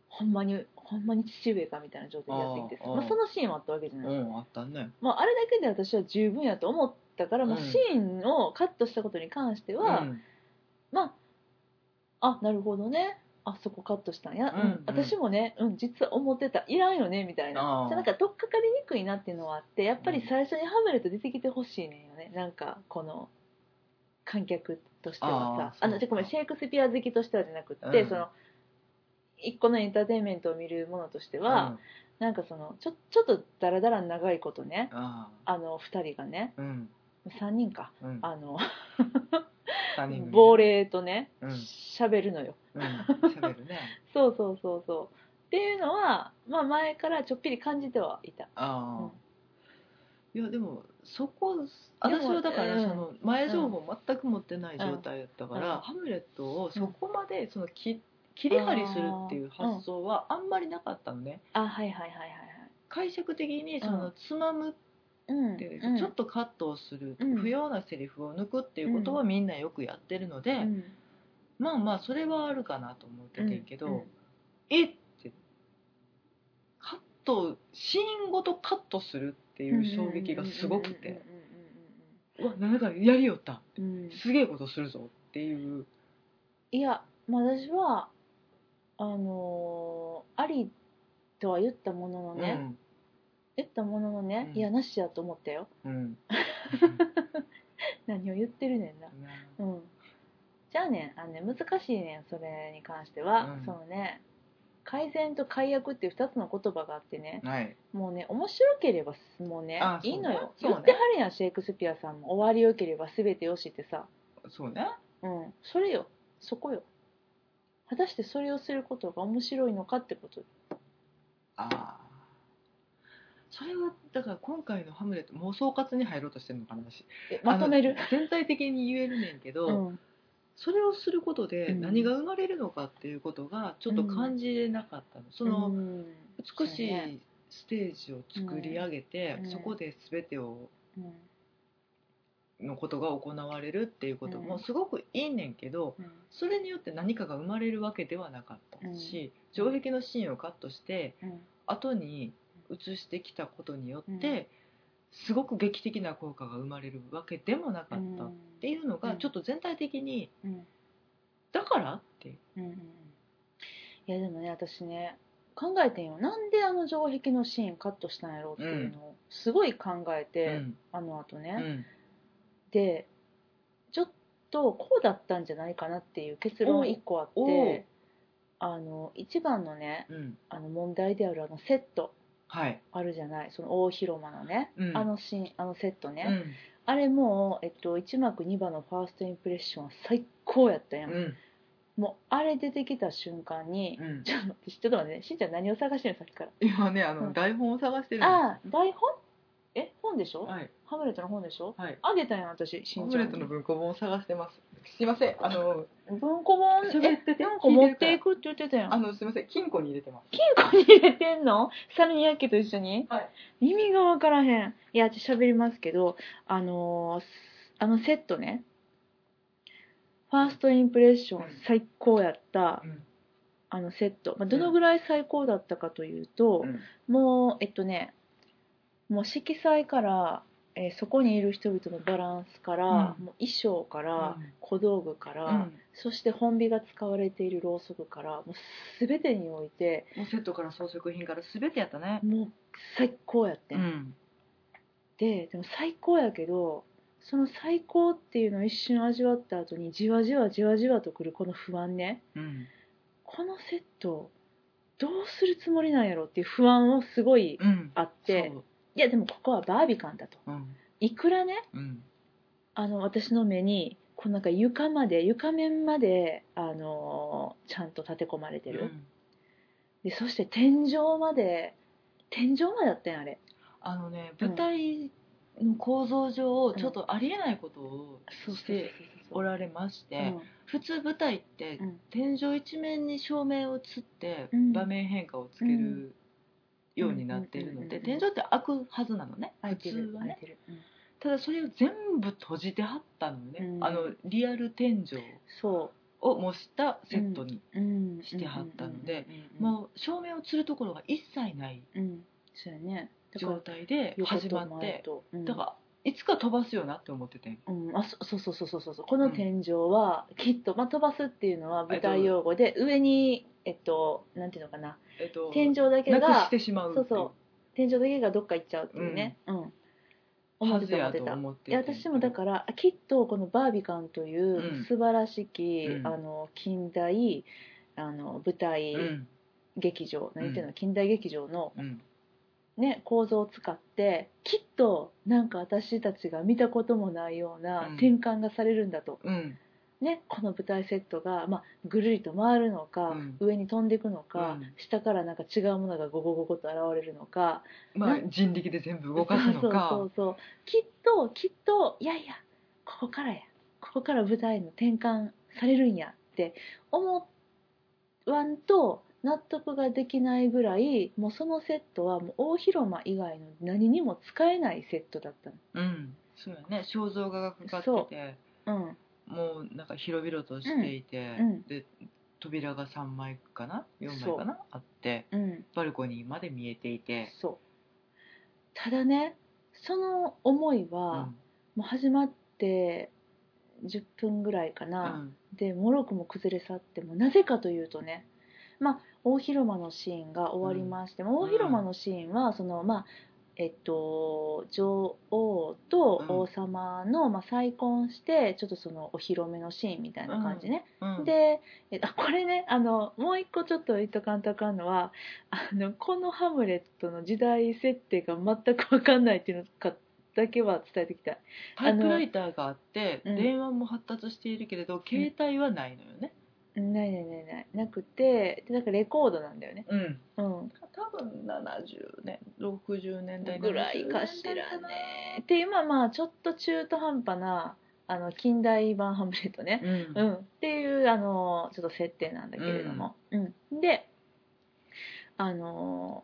A: ほんまにほんまに父上かみたいな状態でやってきてさ
B: あーあー
A: まあ、そのシーンもあったわけじゃない、
B: うんあったね
A: まあ、あれだけで私は十分やと思ったから、まあ、
B: うん
A: シーンをカットしたことに関しては、
B: うん
A: まああなるほどねあそこカットしたんや、うん
B: うんうん
A: 私もね、うん、実は思ってたいらんよねみたい
B: あ
A: な
B: あ
A: じゃなんか取っかかりにくいなっていうのはあってやっぱり最初にハムレット出てきてほしいねんよねなんかこの観客としては
B: ああ
A: さ
B: そう
A: あのじゃごめんシェイクスピア好きとしてはじゃなくって、
B: うん
A: その一個のエンターテインメントを見るものとして
B: う
A: は
B: ん、
A: なんかそのちょちょっとだらだら長いことね
B: あ
A: あの2人がね
B: あうん
A: 3人か
B: うん
A: あの
B: 他人組
A: 亡霊とね
B: うん
A: 喋、るのよ
B: うん喋るね
A: そうそうそうそうっていうのは、まあ、前からちょっぴり感じてはいた
B: ああ、
A: うん
B: いやでもそこ私はだから
A: うん
B: その前情報全く持ってない状態だったから、
A: うん
B: ハムレットをそこまでそのき切り張りするっていう発想はあんまりなかったのね、
A: あはいはいはいはい
B: 解釈的にそうのつまむ
A: はい
B: って、
A: うん
B: ちょっとカットをする、
A: うん
B: 不要なセリフを抜くっていうことはみんなよくやってるので、
A: うん
B: まあまあそれはあるかなと思っててんけど、
A: うんうん
B: えってカットシーンごとカットするっていう衝撃がすごくて、うわなんかやりよった
A: うんうんうんうんうんうんうん
B: すげえことするぞっていう
A: いや、まあ、私はあのーありとは言ったもののね、言ったもののね、
B: うん
A: いやなしやと思ったよ
B: うん うん
A: 何を言ってるねんなうんじゃあねあのね難しいねんそれに関しては、
B: うん
A: そのね改善と解約っていう2つの言葉があってね、
B: はい
A: もうね面白ければもうね
B: あ
A: いいのよ、
B: そ
A: 言
B: うね
A: ってはるやんシェイクスピアさんも終わりよければ全てよしってさ
B: そうね
A: うんそれよそこよ果たしてそれをすることが面白いのかってこと
B: ああそれはだから今回の「ハムレット」もう総括に入ろうとしてるのかな私
A: えまとめる
B: あの全体的に言えるねんけど、
A: うん
B: それをすることで
A: うん
B: 何が生まれるのかっていうことがちょっと感じれなかったの、その
A: うん
B: 美し
A: そうね
B: いステージを作り上げて、
A: うん
B: そこで全てを
A: うん
B: のことが行われるっていうこと
A: う
B: も
A: ん
B: すごくいいねんけど、
A: うん
B: それによって何かが生まれるわけではなかったし、城壁のシーンをカットして
A: うん
B: 後に移してきたことによって、すごく劇的な効果が生まれるわけでもなかったっていうの
A: う
B: が
A: ん
B: ちょっと全体的に
A: うん
B: だからっていう
A: うんうんいやでもね私ね考えてんよなんであの城壁のシーンカットしたんやろうっていうのをすごい考えて、
B: うん
A: あのあとね、
B: うん
A: でちょっとこうだったんじゃないかなっていう結論
B: おう
A: 1個あっ
B: おう
A: てあの一番のね
B: うん
A: あの問題であるあのセット
B: はい、
A: あるじゃないその大広間のね、
B: うん
A: あのシーンあのセットね、
B: うん
A: あれもう、えっと、1幕2番のファーストインプレッションは最高やったやん、
B: うん
A: もうあれ出てきた瞬間に、
B: うん、
A: ちょっと待ってちょっと待ってねしんちゃん何を探してるのさっきから、
B: 今ねあ
A: う
B: の
A: ん
B: 台本を探してるんで
A: ああ台本え本でしょ、
B: すはい
A: ハムレットの本でしょ
B: はい
A: あげたやん私し
B: ハ
A: ん
B: ム
A: ちゃ
B: レ
A: ん
B: ットの
A: に
B: 文庫本を探してますすいませんあの
A: 文庫本え
B: 喋ってて
A: なんか持っていくって言ってたやん。
B: あのすいません金庫に入れてます
A: 金庫に入れてんのサルニヤッケと一緒に、
B: はい
A: 意味がわからへん。いや、ちょっと喋りますけど、あのーすあのセットね、ファーストインプレッション
B: うん
A: 最高やった、
B: うん
A: あのセット、まあ、どのぐらい最高だったかというと
B: う、ん
A: もうえっとねもう色彩から、えーそこにいる人々のバランスから、
B: うん
A: もう衣装から、
B: うん
A: 小道具から、
B: うん
A: そして本火が使われているろうそくからもう全てにおいて
B: もうセットから装飾品から全てやったね。
A: もう最高やって、
B: うん
A: ででも最高やけどその最高っていうのを一瞬味わった後にじわじわじわじわとくるこの不安ね
B: うん
A: このセットどうするつもりなんやろっていう不安をすごい
B: うん。
A: あって、
B: そう
A: いやでもここはバービカンだと
B: うん
A: いくらね
B: うん
A: あの私の目にこうなんか床まで床面まで、あのーちゃんと立て込まれてる、
B: うん
A: でそして天井まで天井までだったんやあれ
B: あのね
A: うん
B: 舞台の構造上
A: ん
B: ちょっとありえないことをして
A: そ
B: おられまして、普通舞台って
A: うん
B: 天井一面に照明をつって
A: うん
B: 場面変化をつけるようになっている
A: うんう
B: の
A: んうんう
B: で
A: ん
B: 天井って開くはずなのね
A: 開い
B: 普
A: て
B: 通
A: る
B: は
A: 開い
B: ね
A: てる、うん
B: ただそれを全部閉じてはったのよね、
A: うん
B: あのリアル天井
A: そ
B: を模したセットに、
A: う、うん、
B: してはったので
A: うん、
B: もう照明をつるところが一切ない
A: うん、うん、そうやねだから
B: 状態で
A: 横
B: 始
A: と
B: まっ
A: 前
B: て
A: と、うん、
B: だからいつか飛ばすよなって思っててん
A: うん、あそそうそうそうそうそうこの天井はきっと、まあ、飛ばすっていうのは舞台用語で上にえっとなんていうのかな
B: えっと
A: 天井だけ
B: なく
A: が
B: してしまうってい
A: そうそう天井だけがどっか行っちゃうっていうね、うん思
B: は
A: って
B: ず
A: た思
B: や
A: って
B: と
A: た
B: 思って
A: いや私もだ
B: ら
A: からあきっとこのバービカンとい
B: うん
A: う素晴らしき、
B: うん
A: あの近代あの舞台
B: うん
A: 劇場、
B: ん
A: なんていうの近代劇場の、
B: うん
A: ね、構造を使ってきっとなんか私たちが見たこともないような
B: うん
A: 転換がされるんだと、
B: うん
A: ね、この舞台セットが、まあ、ぐるりと回るのか、
B: うん
A: 上に飛んでいくのか、
B: うん
A: 下からなんか違うものがゴゴゴゴと現れるのか、
B: まあ
A: な
B: 人力で全部動かすのか
A: そうそうそうきっときっといやいやここからやここから舞台の転換されるんやって思わんと納得ができないぐらいもうそのセットはもう大広間以外の何にも使えないセットだった
B: うんそうやね肖像画がかか
A: そ
B: ってて
A: のうん
B: もうなんか広々としていて、
A: うんうん
B: で扉が3枚かな4枚かなあって
A: うん
B: バルコニーまで見えていて、
A: そうただねその思いうは
B: ん、
A: もう始まって10分ぐらいか
B: う
A: な、
B: ん
A: でもろくも崩れ去ってもなぜかというとね、まあ、大広間のシーンが終わりまして、まあ大広間のシーンはその、まあえっと、女王と王様の、まあ、再婚してちょっとそのお披露目のシーンみたいな感じね、
B: うん、
A: でえあこれねあのもう一個ちょっと言っとかんとあかんのはあのこの「ハムレット」の時代設定が全く分かんないっていうのかだけは伝えてきたい
B: タイプライターがあって
A: あのうん
B: 電話も発達しているけれど、携帯はないのよね
A: ないないないないなくてでなんかレコードなんだよね
B: うん
A: うん
B: 多分70年60年代
A: ぐらいかし
B: 70年代
A: ら
B: かな
A: ね。で今まあちょっと中途半端なあの近代版ハムレットね、
B: うん
A: うんっていうあのちょっと設定なんだけれども、うんであの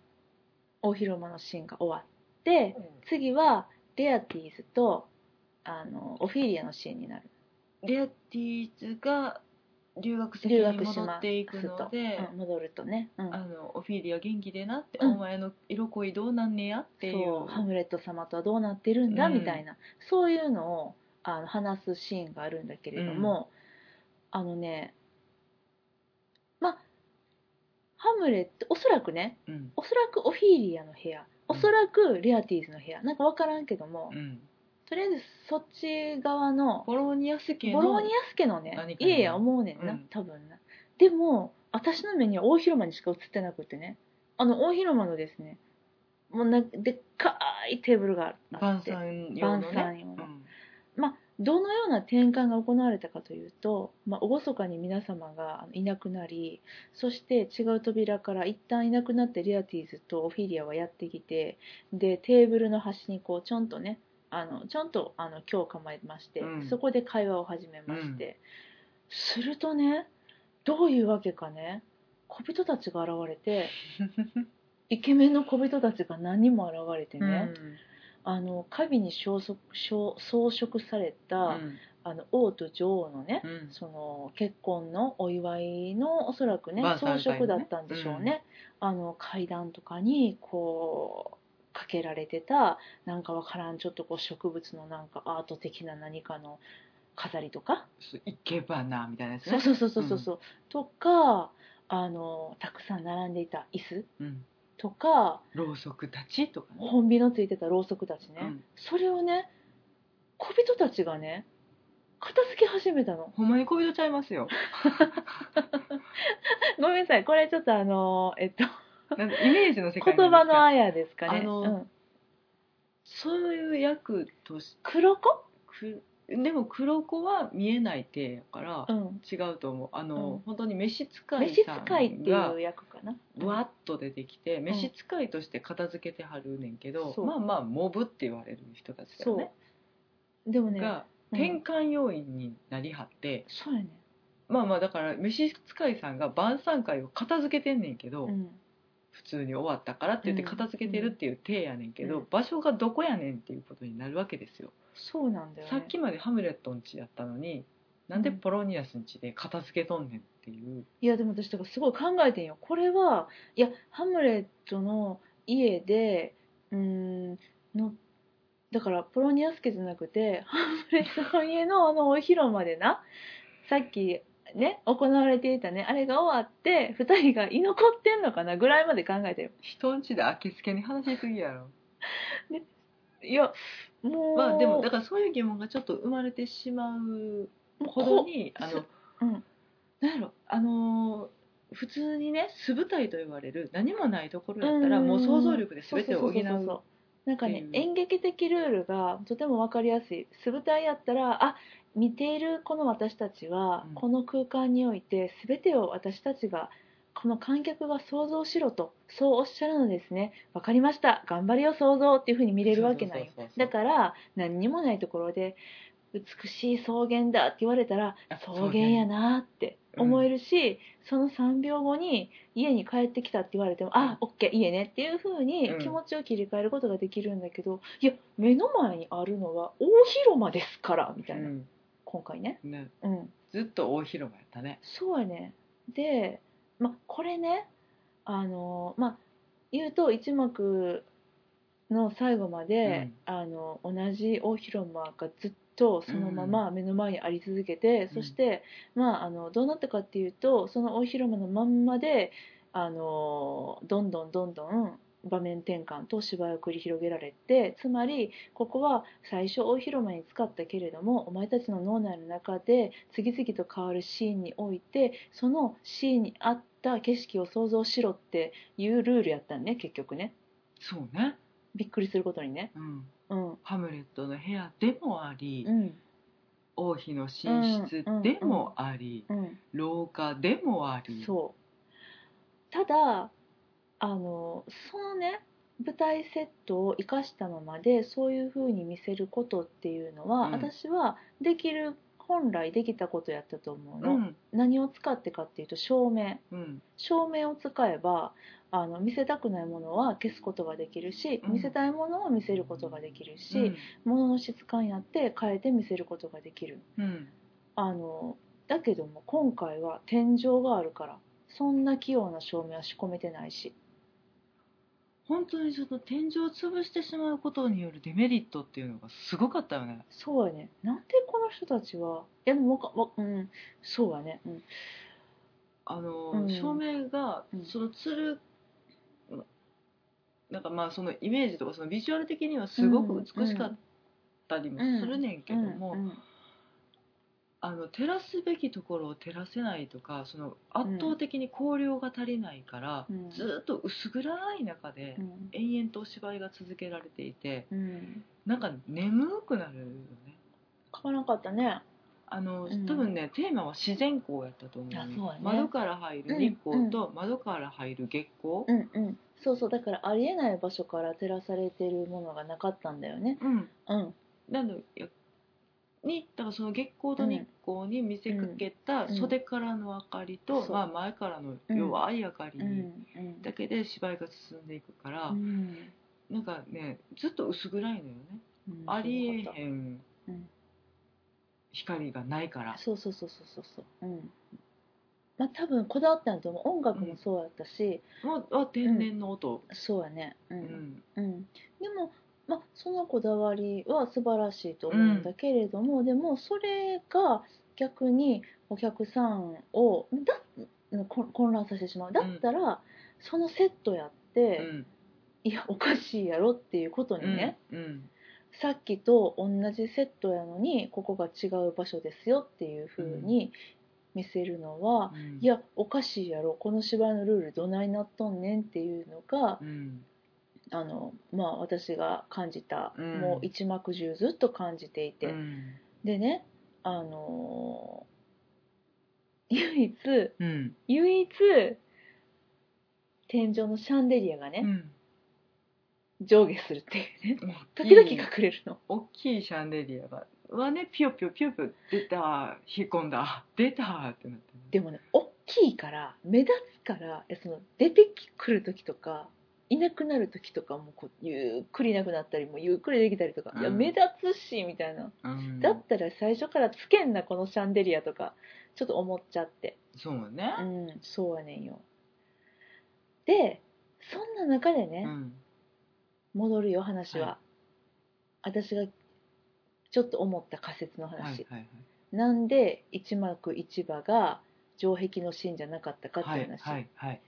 A: 大広間のシーンが終わって次はレアティーズとあのオフィリアのシーンになる
B: レアティーズが留学先
A: 留
B: に
A: 学し
B: 戻
A: ま
B: っ
A: すと、
B: ていくので、
A: うん戻るとね、うん
B: あのオフィリア元気でなって、
A: うん
B: お前の色恋どうなんねやっていう
A: そうハムレット様とはどうなってるんだ、
B: うん
A: みたいなそういうのをあの話すシーンがあるんだけれども、あのねまあハムレットおそらくね
B: うん
A: おそらくオフィーリアの部屋おそらくレアティーズの部屋なんか分からんけども、
B: うん、
A: とりあえずそっち側の
B: ボローニア世間
A: ボ
B: の
A: ローニアスケのね
B: 何かね
A: 家や思うねんな、
B: うん
A: 多分なでも私の目には大広間にしか映ってなくてねあの大広間のですねもうなでっかいテーブルがあ
B: 晩
A: って
B: 餐用
A: 晩
B: のね、
A: 餐用の
B: うん
A: どのような転換が行われたかというと、まあ、厳かに皆様があのいなくなりそして違う扉から一旦いなくなってリアティーズとオフィリアはやってきてでテーブルの端にこうちょんとねあのちょんとあの今日構えまして、
B: うん
A: そこで会話を始めまして、するとねどういうわけかね小人たちが現れて イケメンの小人たちが何人も現れてね、あの花瓶に装飾装装飾された、
B: うんうん
A: ああの王と女王のね、
B: うん
A: その結婚のお祝いのおそらくね
B: 晩餐
A: 装
B: 会
A: 飾だったんでしょうね、あの階段とかにこうかけられてたなんかわからんちょっとこう植物のなんかアート的な何かの飾りとか、
B: そういけばなみたいなやつね
A: そうそうそうそうそう、とかあのたくさん並んでいた椅子
B: うん、
A: とか
B: ろうそくたちとかね
A: 本火のついてたろうそくたちね、
B: うん
A: それをね小人たちがね片付け始めたの
B: ほんまに恋人ちゃいますよ
A: ごめんなさいこれちょっとあのえっと
B: なんかイメージの世界
A: 言葉の
B: あ
A: あやですかね。
B: あの
A: うん、
B: そういう役とし
A: 黒子、
B: くでも黒子は見えない体やから、
A: うん、
B: 違うと思うあの、
A: うん
B: 本当に召使い
A: 召
B: さん
A: 使いって
B: が
A: いう役かな。
B: わっと出てきて召使いとして片付けてはるねんけど、
A: そう
B: まあまあモブって言われる人たちだよね
A: そう。でもね、
B: が
A: うん
B: 転換要員になりはって、
A: そうやね。
B: まあまあだから召使いさんが晩餐会を片付けてんねんけど、
A: うん、
B: 普通に終わったからって言って片付けてるっていう体やねんけど、
A: うん
B: 場所がどこやねんっていうことになるわけですよ。
A: そうなんだよ、ね。
B: さっきまでハムレットん家やったのになんでポロニアスん家で片付けとんねんっていう、
A: いやでも私だからすごい考えてんよ。これはいやハムレットの家でうーんのだからポロニアス家じゃなくてハムレットの家のあのお広間でなさっきね行われていたねあれが終わって2人が居残ってんのかなぐらいまで考えてよ。
B: 人ん家であけすけに話しすぎやろ。
A: いやもう
B: まあでもだからそういう疑問がちょっと生まれてしまう
A: もう
B: ほどに
A: こ
B: あの、
A: うん
B: なんやろあのー普通にね素舞台と言われる何もないところだったら
A: んんん
B: もう想像力で全てを補う
A: そそそそそなんかね
B: っていう
A: 演劇的ルールがとても分かりやすい素舞台やったらあ見ているこの私たちは、
B: うん
A: この空間において全てを私たちがこの観客が想像しろとそうおっしゃるのですね分かりました頑張りを想像っていうふうに見れるわけないよ
B: そうそうそうそ
A: だ
B: う
A: から何にもないところで美しい草原だって言われたら
B: あ
A: 草原やなって思えるし、その3秒後に家に帰ってきたって言われても、あオッケー家ねっていう風に
B: うん
A: 気持ちを切り替えることができるんだけど、いや目の前にあるのは大広間ですからみたいな、今回ね、
B: うんね
A: うん、
B: ずっと大広間やったね
A: そうやねで、ま、これねあのまあ言うと一幕の最後まで、あの同じ大広間がずっとそのまま目の前にあり続けて、そして、まあ、あのどうなったかっていうとその大広間のまんまであのどんどんどんどん場面転換と芝居を繰り広げられてつまりここは最初大広間に使ったけれどもお前たちの脳内の中で次々と変わるシーンにおいてそのシーンに合った景色を想像しろっていうルールやったんね結局ね
B: そうね、
A: びっくりすることにね
B: うん、
A: うん
B: ハムレットの部屋でもあり、
A: うん
B: 王妃の寝室でもあり、
A: うん
B: 廊下でもあり
A: そうただあのそのね舞台セットを生かしたままでそういう風に見せることっていうのは、
B: うん
A: 私はできる本来できたことやったと思うの、
B: ん
A: 何を使ってかっていうと照明
B: うん
A: 照明を使えばあの見せたくないものは消すことができるし、
B: うん
A: 見せたいものを見せることができる
B: う
A: し
B: ん、
A: 物の質感やって変えて見せることができる
B: うん
A: あのだけども今回は天井があるからそんな器用な照明は仕込めてないし
B: 本当にその天井を潰してしまうことによるデメリットっていうのがすごかったよね。
A: そうやねなんでこの人たちはいやでもわかわうんそうやね、うん、
B: あの、
A: うん
B: 照明が
A: うん
B: そのつる、なんかまあそのイメージとかそのビジュアル的にはすごく美しかったりもするねんけども、
A: うんうん
B: あの照らすべきところを照らせないとかその圧倒的に光量が足りないから、
A: うん
B: ずっと薄暗い中で
A: うん
B: 延々とお芝居が続けられていて
A: うん
B: なんか眠くなるよね。
A: 買わなかったね
B: あの、
A: うん
B: 多分ねテーマは自然光やったと思う
A: あそうやね
B: 窓から入る日光と、窓から入る月光、
A: うんうんそうそうだからありえない場所から照らされてるものがなかったんだよね
B: うん、
A: うん
B: なのやにだからその月光と日光に見せかけた
A: うん
B: 袖からの明かりと、
A: そう
B: まあ、前からの弱い明かり
A: う
B: に
A: んうん
B: だけで芝居が進んでいくから、
A: うん
B: なんかねずっと薄暗いのよね、ありえへん
A: うん
B: 光がないから
A: そうそうそうそうそうそううんまあ多分こだわったんだと思う音楽もそうだったし、
B: もうは天然の音、
A: そうやねう
B: うん
A: ん、うん、でも、まあ、そのこだわりは素晴らしいと思うんだけれども、でもそれが逆にお客さんをだこ混乱させてしまうだったら、そのセットやって
B: う、ん
A: いやおかしいやろっていうことにね、
B: うん
A: さっきと同じセットやのにここが違う場所ですよっていうふうに見せるのは、
B: うん、
A: いやおかしいやろこの芝居のルールどないなっとんねんっていうのが
B: うん、
A: あのまあ私が感じた、
B: うん
A: もう一幕中ずっと感じていて、
B: うん
A: でねあのー 唯一
B: うん
A: 唯一天井のシャンデリアが
B: う
A: ね、
B: ん
A: 上下するっていうね
B: 大
A: 時
B: きい
A: 々隠れるの、
B: 大きいシャンデリアがはねピヨピヨピヨピヨ出た引っ込んだ出たってなってね
A: でもね大きいから目立つからいやその出てくる時とかいなくなる時とかもこうゆっくりいなくなったりもうゆっくりできたりとか、いや
B: うん
A: 目立つしみたいな
B: うん
A: だったら最初からつけんなこのシャンデリアとかちょっと思っちゃって
B: そうね
A: う、んそうやねんよでそんな中で
B: う
A: ね、
B: ん
A: 戻るよ話は、
B: は
A: 私がちょっと思った仮説の話、
B: はいはい
A: なんで一幕一場が城壁のシーンじゃなかったかって
B: はい
A: 話、
B: はいはい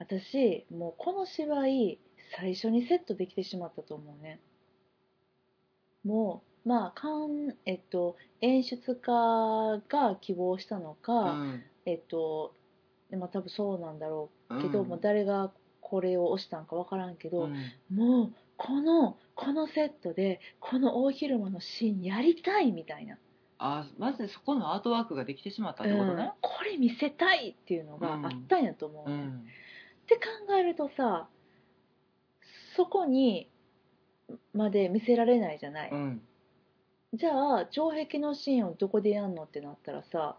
A: 私もうこの芝居最初にセットできてしまったと思うねもうまあかん、えっと、演出家が希望したのか、
B: はい
A: えっとでまあ多分そうなんだろ
B: うん
A: うけど、もう誰がこれを押したんか分からんけ
B: う
A: ど、
B: ん
A: もうこのこのセットでこの大広間のシーンやりたいみたいな、
B: あまずそこのアートワークができてしまったってこ
A: う
B: と
A: ん
B: ね、
A: これ見せたいっていうのがあったんやと思う
B: う
A: ね、
B: ん
A: って考えるとさそこにまで見せられないじゃない、
B: うん
A: じゃあ城壁のシーンをどこでやんのってなったらさ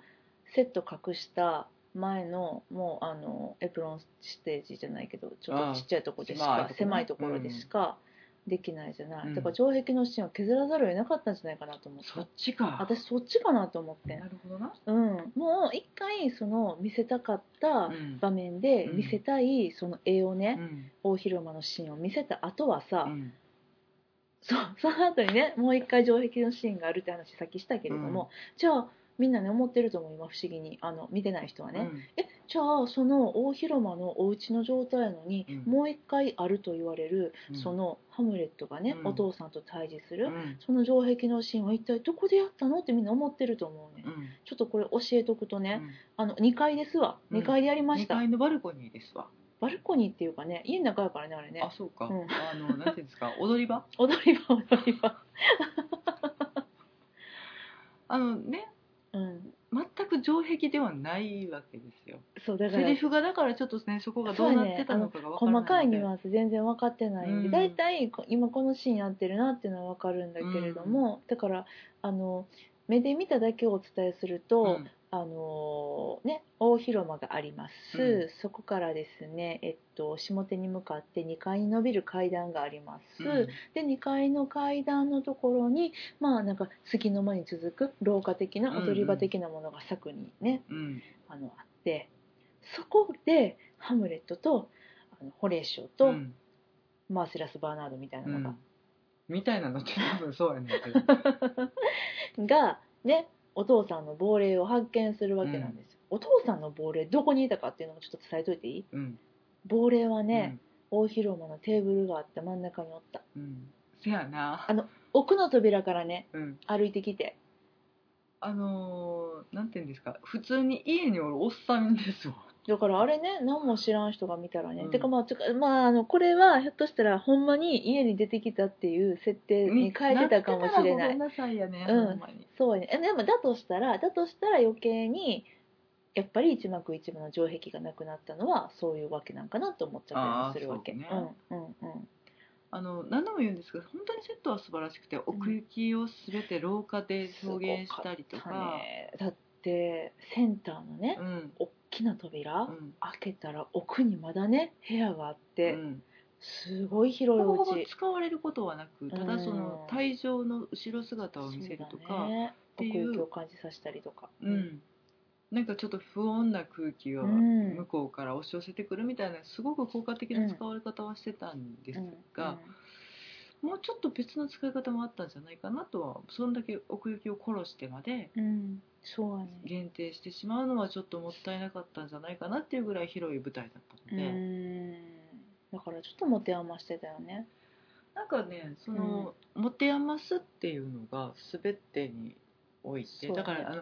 A: セット隠した前のもうあのエプロンステージじゃないけどちょっとちっちゃいとこでし
B: ああ
A: か狭
B: 狭
A: い
B: い
A: と
B: と
A: こ
B: こ
A: ろ
B: ね
A: でしかできないじゃない、
B: うん
A: だから城壁のシーンを削らざるを得なかったんじゃないかなと思っ
B: そ
A: た
B: っちか
A: 私そっちかなと思って
B: なるほどな、
A: うんもう一回その見せたかった
B: うん
A: 場面で見せたいその絵をね、
B: うん
A: 大広間のシーンを見せた後はさ、
B: うん
A: そう その後にねもう一回城壁のシーンがあるって話さっきしたけれども、じゃあみんなね思ってると思う今不思議にあの見てない人はね、
B: うん
A: えじゃあその大広間のお家の状態なのに、
B: うん
A: もう一回あると言われる、
B: うん
A: そのハムレットがね、
B: うん
A: お父さんと対峙す
B: う
A: る、
B: ん
A: その城壁のシーンは一体どこでやったのってみんな思ってると思うね、
B: うん
A: ちょっとこれ教えとくと
B: う
A: ね、
B: ん
A: あの2階ですわ
B: うん
A: 2階でやりまし
B: 二
A: た、
B: 階のバルコニーですわ。
A: バルコニーっていうかね家の中やからねあれね
B: あ、そうか。
A: うん
B: あの、なんていうんですか、踊り場。
A: 踊り場踊り場
B: あのね、
A: うん、
B: 全く城壁ではないわけですよ。
A: そうだか
B: セ
A: ら
B: リフがだから、ちょっとね、そこがどうなってたのかがわか
A: 細
B: らないので。
A: かいニュアンス全然分かってないんで、
B: うん
A: 大体こ今このシーンやってるなっていうのは分かるんだけれども、だからあの目で見ただけをお伝えすると、
B: うん
A: あのね、大広間があります、
B: う
A: そこからですね、えっと、下手に向かって2階に伸びる階段があります、
B: うん
A: で2階の階段のところにまあなんか杉の間に続く廊下的な踊り場的なものが柵にね、
B: うん、
A: あのあってそこでハムレットとあのホレーショと、
B: うん
A: マーセラス・バーナードみたいな
B: う
A: のが
B: ん、みたいなのって多分そうやねんけど。
A: がねお父さんの亡霊を発見するわけなんですよ、お父さんの亡霊どこにいたかっていうのもちょっと伝えといていい
B: うん。
A: 亡霊はね、大広間のテーブルがあった真ん中におった
B: うん。うん。せやな
A: あ。奥の扉からね
B: うん。
A: 歩いてきて
B: あのー、なんていうんですか、普通に家におるおっさんですわ。
A: だからあれね何も知らん人が見たらね、
B: うん
A: てかまあつかまああのこれはひょっとしたらほんまに家に出てきたっていう設定に変えてたかもしれない
B: なってたらごめんなさいやね、
A: うん
B: ほんまに。
A: そうやねえでもだとしたらだとしたら余計にやっぱり一幕一幕の城壁がなくなったのはそういうわけなんかなと思っちゃったりもするわけ
B: あー
A: う
B: そ
A: んうんうん
B: あの何度も言うんですけど本当にセットは素晴らしくて奥行きをすべて廊下で表現したりと
A: すご
B: か
A: ったねだってセンターのね、
B: うん
A: 大きな扉、
B: うん
A: 開けたら奥にまだね部屋があっ
B: う
A: て、
B: ん、
A: すごい広い
B: ほぼ
A: お
B: ほぼ
A: 家
B: 使われることはなくただその
A: うん
B: 退場の後ろ姿を見せるとか、
A: そうだね
B: てい
A: 奥行きを
B: う、
A: 感じさせたりとか、
B: うん、なんかちょっと不穏な空気を
A: うん
B: 向こうから押し寄せてくるみたいなすごく効果的な使われ方はしてたんですが、もうちょっと別の使い方もあったんじゃないかなとはそんだけ奥行きを殺してまで
A: うん、うん、そうやね
B: 限定してしまうのはちょっともったいなかったんじゃないかなっていうぐらい広い舞台だった
A: う
B: ので、
A: んだからちょっと持て余してたよね
B: なんかねその、持て余すっていうのが全てにおいて、
A: そう
B: だ
A: だね
B: からあの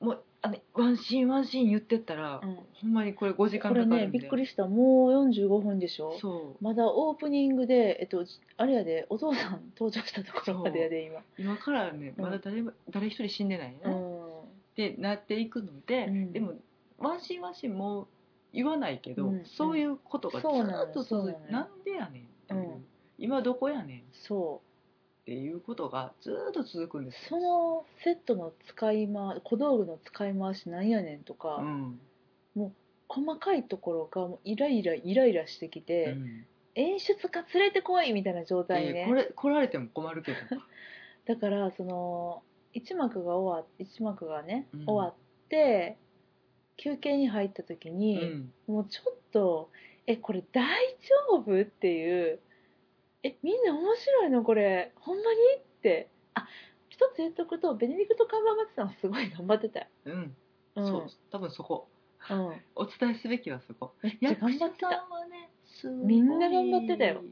B: もうあのワンシーンワンシーン言ってったら、
A: うん
B: ほんまにこれ5時間
A: こ
B: かか
A: れ
B: るん
A: ね
B: で
A: びっくりしたもう45分でしょ
B: そう
A: まだオープニングで、えっと、あれやでお父さん登場したところまでやで今
B: 今からねまだ誰,、も誰一人死んでないね、
A: う
B: っ
A: ん
B: てなっていくので、
A: うん
B: でもワンシーンワンシーンもう言わないけど、
A: うん
B: そういうことがず
A: そうなの
B: っと
A: そう
B: 続
A: ないの
B: てなんでやねんっていう、
A: うん
B: 今どこやねんっ
A: そ
B: ていうことがずっと続くん
A: う
B: です
A: そのセットの使い回小道具の使い回しなんやねんとか、
B: うん
A: 細かいところがもうイライライライラしてきて、
B: うん
A: 演出家連れてこいみたいな状態に
B: え
A: ね
B: ー、これ来られても困るけ ど
A: だからその一幕が終わ一幕がね、
B: うん
A: 終わって休憩に入った時
B: う
A: に、
B: ん
A: もうちょっとえこれ大丈夫っていうえみんな面白いのこれほんまにってあ一つ言っとくとベネディクト・カンバーバッチさんはすごい頑張ってたよ、
B: うん、
A: うん
B: そう多分そこ
A: うん、
B: お伝えすべきはそこ
A: めっちゃ頑張って
B: 役者さ
A: た、
B: んはねすごい
A: みんな頑張ってたよ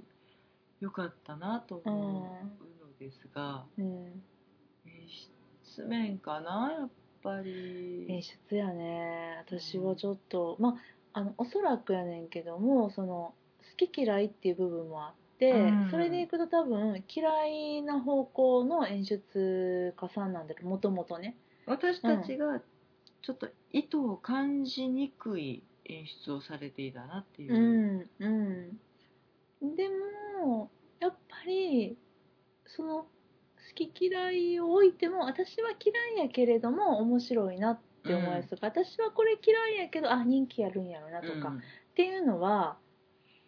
B: よかったなと思うのですが、
A: うん、
B: 演出面かなやっぱり
A: 演出やね私はちょっと、まああのおそらくやねんけどもその好き嫌いっていう部分もあって、
B: うん
A: それでいくと多分嫌いな方向の演出家さんなんだけどもともとね
B: 私たちがちょっと意図を感じにくい演出をされていたなっていうう、
A: んうんでもやっぱりその好き嫌いを置いても私は嫌いやけれども面白いなって思いますとか、私はこれ嫌いやけどあ人気やるんやろなとか、
B: う
A: っ
B: ん
A: ていうのは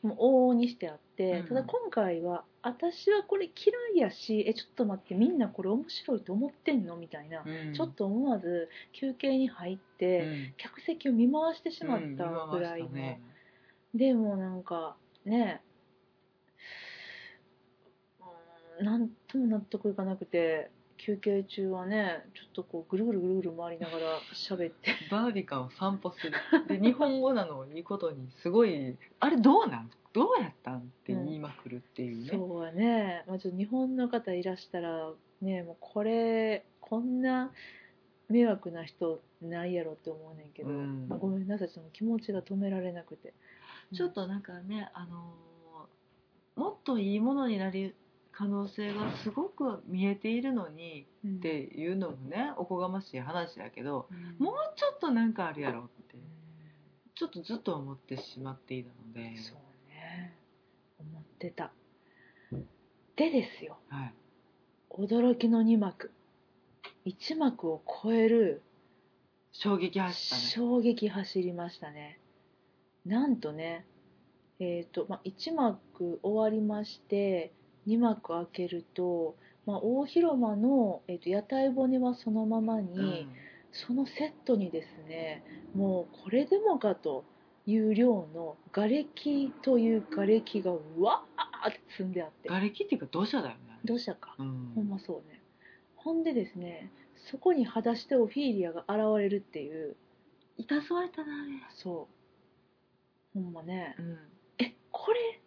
A: もう往々にしてあって、
B: うん
A: ただ今回は私はこれ嫌いやしえちょっと待ってみんなこれ面白いと思ってんのみたいな、
B: うん
A: ちょっと思わず休憩に入って、
B: うん
A: 客席を見回してしまったぐらいの。
B: うん見回したね
A: でもなんかねうーんなんとも納得いかなくて休憩中はねちょっとこうぐるぐるぐるぐる回りなが ら喋って
B: バービカンを散歩するで日本語なのを言うことにすごい「あれどうなんどうやったん?」って言いまくるっていうね、
A: そうはね、まあ、ちょっと日本の方いらしたらねもうこれこんな迷惑な人ないやろって思うねんけど、
B: うん
A: まあ、ごめんなさいその気持ちが止められなくて
B: ちょっとなんかね、あのーもっといいものになる可能性がすごく見えているのに
A: うん
B: っていうのもねおこがましい話やけど
A: うん
B: もうちょっとなんかあるやろっ
A: う
B: て
A: ん
B: ちょっとずっと思ってしまっていたので、
A: そうね思ってたでですよ
B: はい、
A: 驚きの2幕1幕を超える
B: 衝撃発したね。
A: 衝撃走りましたねなんとねえっ、と、まあ、1幕終わりまして2幕開けると、まあ、大広間の、えー、と屋台骨はそのままに、
B: うん
A: そのセットにですねもうこれでもかという量の瓦礫という瓦礫がうわーって積んであって
B: 瓦礫っていうか土砂だよね。
A: どうしたか
B: うん
A: ほんまそうね。ほんでですね、そこに裸足でオフィーリアが現れるっていう、
B: 痛そうやったな
A: そう。ほんまね
B: あ、れ。うん
A: え、これ、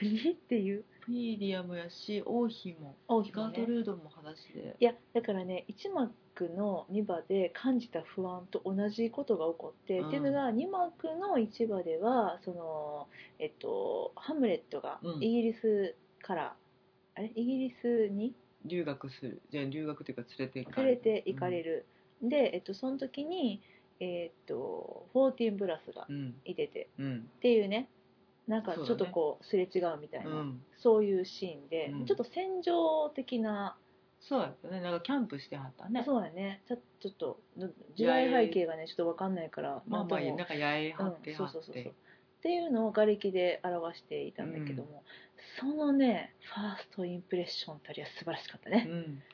A: 何っていう。
B: フィーリアもやし王妃も
A: 青
B: ガートルードも裸足で
A: いや、だからね、1幕の2話で感じた不安と同じことが起こって、
B: うん
A: っていうのが2幕の1話では、その、えっと、ハムレットが
B: うん
A: イギリスから、あれイギリスに
B: 留学するじゃあ留学というか連れて行か
A: 連れて行かれ
B: る、
A: る、で、えっと、その時に、えっと14ブラスが
B: うん
A: いてて
B: うん
A: っていうねなんかち
B: そうだね
A: ょっとこうすれ違うみたいな
B: う
A: そう,、
B: ん、
A: いうシーンで、
B: うん
A: ちょっと戦場的な、
B: そうやったねなんかキャンプしてはったね
A: そうやねちょちょっとど時代背景がねちょっと分かんないから
B: まあまあ
A: なんとも
B: なんか八重張っ
A: う
B: て
A: んそ
B: は
A: うそう
B: っ
A: そうそう
B: て
A: っていうのを瓦礫で表していたんだけども、そのねファーストインプレッションたりは素晴らしかったね、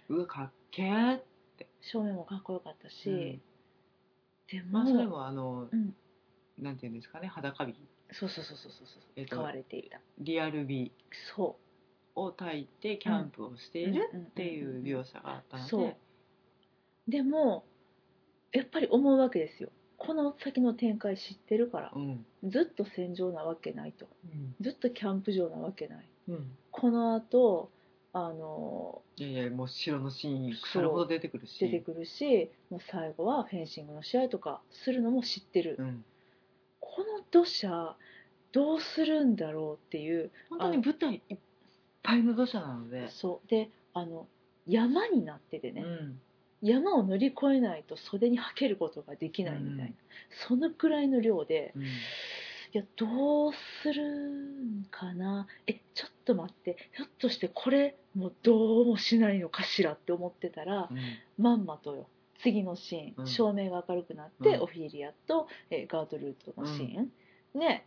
B: うん、うわかっけー
A: 正面もかっこよかったし、
B: うん
A: でも,、
B: まあそれもあの、
A: うん
B: なんていうんですかね裸火
A: そうそうそうそうそうそう、
B: えっと
A: 使われていた
B: リアル火
A: そ
B: を焚いてキャンプをして
A: う
B: いる
A: うんうんうん
B: っていう描写があったので、
A: そうでもやっぱり思うわけですよこの先の展開知ってるから
B: う、ん
A: ずっと戦場なわけないと
B: うん
A: ずっとキャンプ場なわけない
B: うん、
A: この後あの
B: いやいやもう城のシーン腐るほど出てくるし
A: 出てくるしもう最後はフェンシングの試合とかするのも知ってる、
B: うん、
A: この土砂どうするんだろうっていう
B: 本当に舞台いっぱいの土砂なので、
A: そうであの山になっててね、
B: うん
A: 山を乗り越えないと袖にはけることができないみたいな、
B: うん
A: そのくらいの量で
B: うん
A: いやどうするんかなえちょっと待ってひょっとしてこれもうどうもしないのかしらって思ってたら
B: う、ん
A: まんまとよ次のシーン、
B: うん
A: 照明が明るくなって、
B: うん
A: オフィリアと、えーガートルートのシーン、ね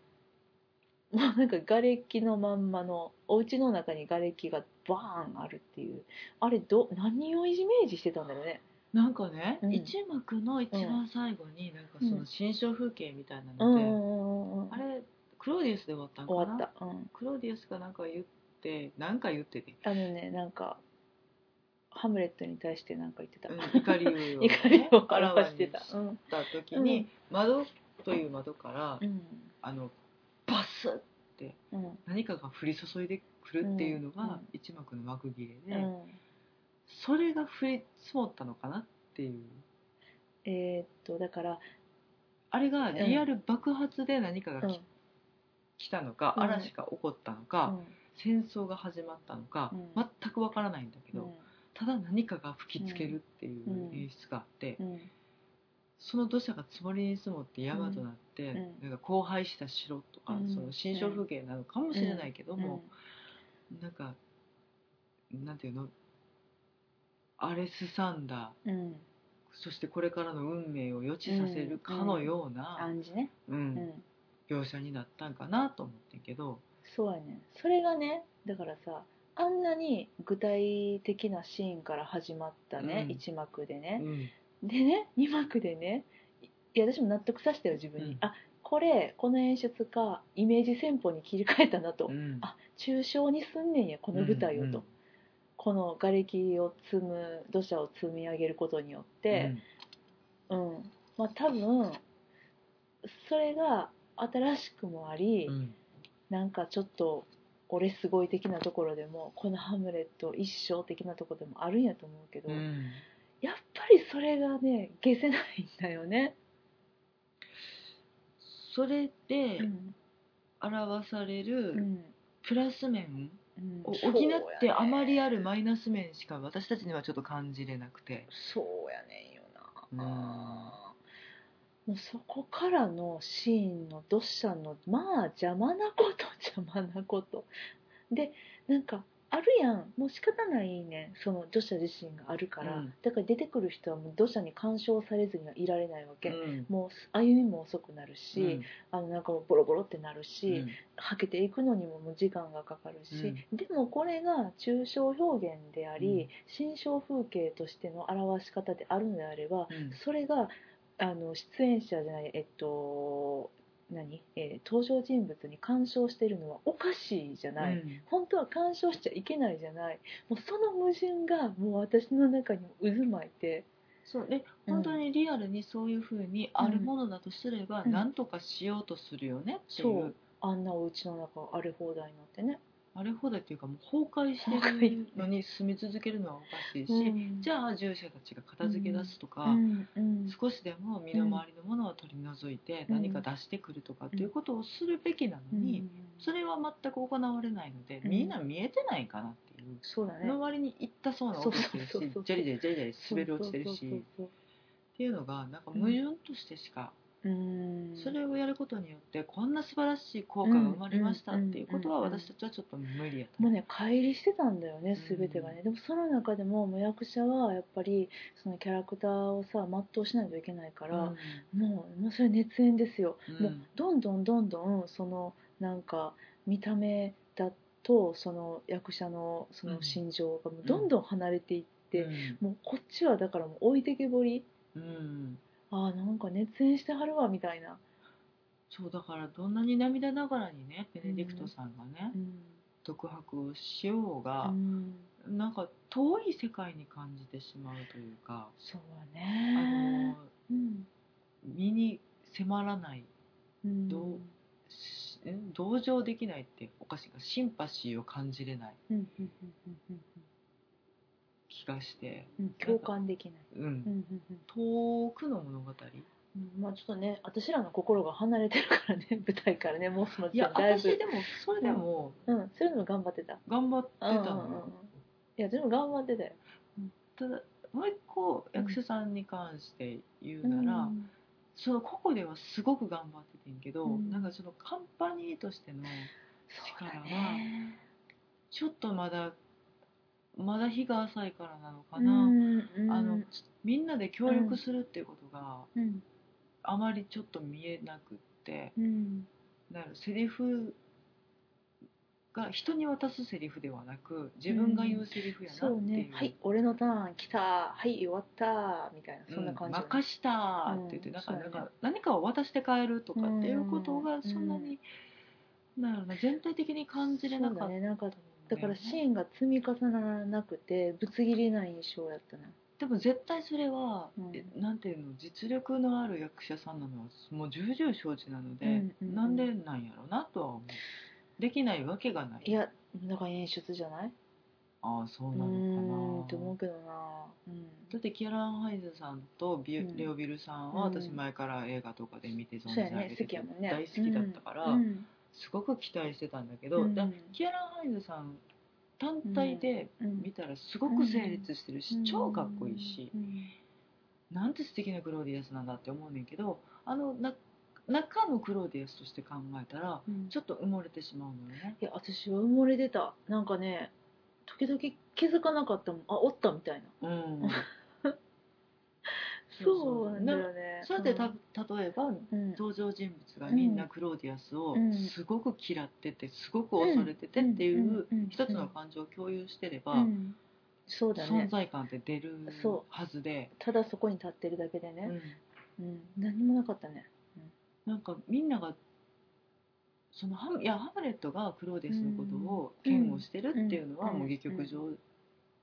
A: もうなんか瓦礫のまんまのお家の中に瓦礫がバーンあるっていうあれど何をイメージしてたんだろうね
B: なんかね、
A: うん
B: 一幕の一番最後になんかその新象風景みたいな
A: うん
B: の
A: う
B: で、
A: んうんうん
B: あれクローディウスで終わったんかな
A: 終わった、うん、
B: クローディウスがなんか言ってなんか言ってて、
A: あのねなんかハムレットに対してなんか言ってた、
B: うん怒り を,、
A: 怒りを
B: あら
A: 表
B: わ
A: して
B: に
A: た
B: し
A: うん
B: た時に、窓という窓から、
A: うん
B: あのバスッ
A: うん
B: 何かが降り注いでくるっていうの
A: うんう
B: が
A: ん
B: 一幕の幕切れ
A: う
B: で、
A: ん
B: それが降り積もったのかなっていう
A: えーっとだから、
B: あれがリアル爆発で何かが
A: う
B: き、
A: ん
B: 来たのか
A: うん
B: 嵐が起こったの
A: う
B: か、
A: ん
B: 戦争が始まったのか、
A: うん
B: 全くわからないんだけど、ただ何かが吹きつけるってい
A: うん
B: う演出があって、
A: うんうん
B: その土砂が積もりに積もって山となって、
A: うん
B: なんか荒廃した城とか、
A: うん
B: その新象風景なのかもしれないけども、なんかなんていうの荒れすさんだ
A: うんうん
B: そしてこれからの運命を予知させるかのような、
A: 暗示ね、
B: うん
A: うん、
B: 描写になったんかなと思ってんけど、
A: そうやねそれがねだからさあんなに具体的なシーンから始まったね、
B: うん
A: 一1幕で
B: う
A: ね、
B: ん
A: でね2幕でねいいや私も納得させたよ自分に、
B: うん
A: あこれこの演出かイメージ戦法に切り替えたなと、
B: うん
A: あ抽象にすんねんやこの舞台をと、この瓦礫を積む土砂を積み上げることによって、うんまあ多分それが新しくもあり、
B: うんうん
A: なんかちょっと俺すごい的なところでもこの「ハムレット」一生的なところでもあるんやと思うけど、
B: うん
A: やっぱりそれがね消せないんだよね。
B: それで
A: うん
B: 表され
A: う
B: る
A: ん
B: プラス面
A: うん
B: を補
A: そうやね
B: ってあまりあるマイナス面しか私たちにはちょっと感じれなくて、
A: そうやねんよな、もうそこからのシーンのどっしゃんのまあ邪魔なこと邪魔なことでなんかあるやんもう仕方ないねんその土砂自身があるから、
B: うん
A: だから出てくる人はもう土砂に干渉されずにはいられないわけ、
B: うん
A: もう歩みも遅くなるし、
B: うん
A: あのなんかもうボロボロってなるし、
B: うん
A: はけていくのにももう時間がかかるし、でもこれが抽象表現であ
B: う
A: り
B: ん、
A: 心象風景としての表し方であるのであれば、
B: うん
A: それがあの出演者じゃないえっと何、えー登場人物に干渉しているのはおかしいじゃない、
B: うん
A: 本当は干渉しちゃいけないじゃないもうその矛盾がもう私の中に渦巻いて
B: そうで本当にリアルにそういうふうにあるものだとすれば、
A: うん
B: なんとかしようとするよねってい
A: そううあんなお家の中荒れ放題になってね。
B: あれほどっていうかもう崩壊して
A: 崩
B: る
A: 壊
B: のに住み続けるのはおかしいし、じ
A: ゃ
B: ゃあ従者たちが片付け出すとか、
A: うんうん
B: 少しでも身の回りのものを取り除いて
A: うん
B: 何か出してくるとかっていうことをするべきなのに、それは全く行われないので、
A: うん
B: みんな見えてないかなっていう。
A: そうだね
B: の割に行ったそうな音してるし
A: そうそうそうそう
B: ジャリジャリジャリジャリ滑り落ちてるし
A: そうそうそうそう
B: っていうのがなんか矛盾としてしか
A: うーん
B: それをやることによってこんな素晴らしい効果が生まれましたっていうこと
A: う
B: は
A: んうんうんうん
B: 私たちはちょっと無理やと
A: も
B: 思
A: う
B: う
A: ね乖離してたんだよね
B: うん
A: 全てがね、でもその中でももう役者はやっぱりそのキャラクターをさ全うしないといけないか、
B: から
A: もうもうそれ熱演ですよ、
B: うん
A: もうどんどんどんどんそのなんか見た目だとその役者のその心情がもうどんどん離れていって、もうこっちはだからもう置いてけぼり
B: うんうん
A: ああなんか熱演してはるわみたいな、
B: そうだからどんなに涙ながらにねベネディクトさんがね、
A: うん
B: 独白をしようが
A: う、ん、
B: なんか遠い世界に感じてしまうというか、
A: そうは
B: あの
A: ねうん
B: 身に迫らない
A: うん
B: どうしん同情できないっておかしいかシンパシーを感じれない
A: うんうんうんうんうん
B: 気がして、
A: うん共感できない、
B: うん
A: うんうんうん
B: 遠くの物語
A: うんまあちょっとね私らの心が離れてるからね 舞台からねもうその
B: い
A: 時
B: や
A: 点だい
B: 私
A: ぶ
B: でもそれでも
A: うんそういうの頑張ってた
B: 頑張ってた
A: う
B: の
A: んうんうん
B: よ、
A: いやでも頑張ってたよ
B: ただもう一個役者さんに関して言うなら、
A: うん
B: その個々ではすごく頑張っててんけど、
A: うん
B: なんかそのカンパニーとしての
A: そうだ
B: 力
A: ね
B: ちょっとまだまだ日が浅いからなのか
A: う
B: な、
A: んうん
B: あのみんなで協力するっていうことが
A: うん
B: あまりちょっと見えなくって
A: うん
B: だからセリフが人に渡すセリフではなく自分が言うセリフやな
A: そう
B: ってい
A: ね
B: う、
A: はい俺のターン来たはい終わったみたいなそんな感じ、
B: うん任したって言って、
A: うん
B: なんか
A: そうだ
B: な
A: ね
B: んか何かを渡して帰るとかっていうこと
A: う
B: が
A: ん
B: そんなに、なんやろな全体的に感じれなか
A: そう
B: った、
A: だねなんかだからシ
B: ン
A: ーンが積み重ならなくてぶつ切りない印象やったな
B: でも絶対それは、
A: うん
B: えなんていうの実力のある役者さんなのはもう重々承知なので、
A: うんうんうん
B: なんでなんやろうなとは思うできないわけがない
A: いやなんか演出じゃない
B: ああそう
A: う
B: な
A: ーん
B: の
A: っ
B: か
A: て思
B: な
A: うけどなうん
B: だってキアラン・ハイズさんとビュ
A: うん
B: レオ・ビルさんは
A: うん
B: 私前から映画とかで見て存
A: そ
B: じ
A: うや
B: 上
A: ね
B: げて
A: 好
B: て
A: きやもんね
B: 大好きだったから、
A: うんうん
B: すごく期待してたんだけど、
A: うん
B: だキアラン・ハイズさん単体で
A: うん
B: 見たらすごく成立してるし、超かっこいいし、
A: うん
B: なんて素敵なクローディアスなんだって思うねんけどあのな中のクローディアスとして考えたら
A: うん
B: ちょっと埋もれてしまうの よね
A: いや私は埋もれてたなんかね時々気づかなかったもんあおったみたいな
B: うんそうそう
A: そうなんだよね
B: それで
A: 多
B: た
A: 分
B: 例えば
A: うん
B: 登場人物がみんなクローディアスを
A: うん
B: すごく嫌っててすごく恐れててってい
A: うん
B: う
A: うんうん
B: 一つの感情を共有してれば
A: うんそうだ
B: 存
A: ね
B: 在感って出る
A: そう
B: はずで、
A: ただそこに立ってるだけでね
B: うん
A: うん何もなかったね
B: なんかみんながそのハムいやハムレットがクローディアスのことを
A: うん
B: 嫌悪してるっていうのは
A: うん
B: もう戯曲上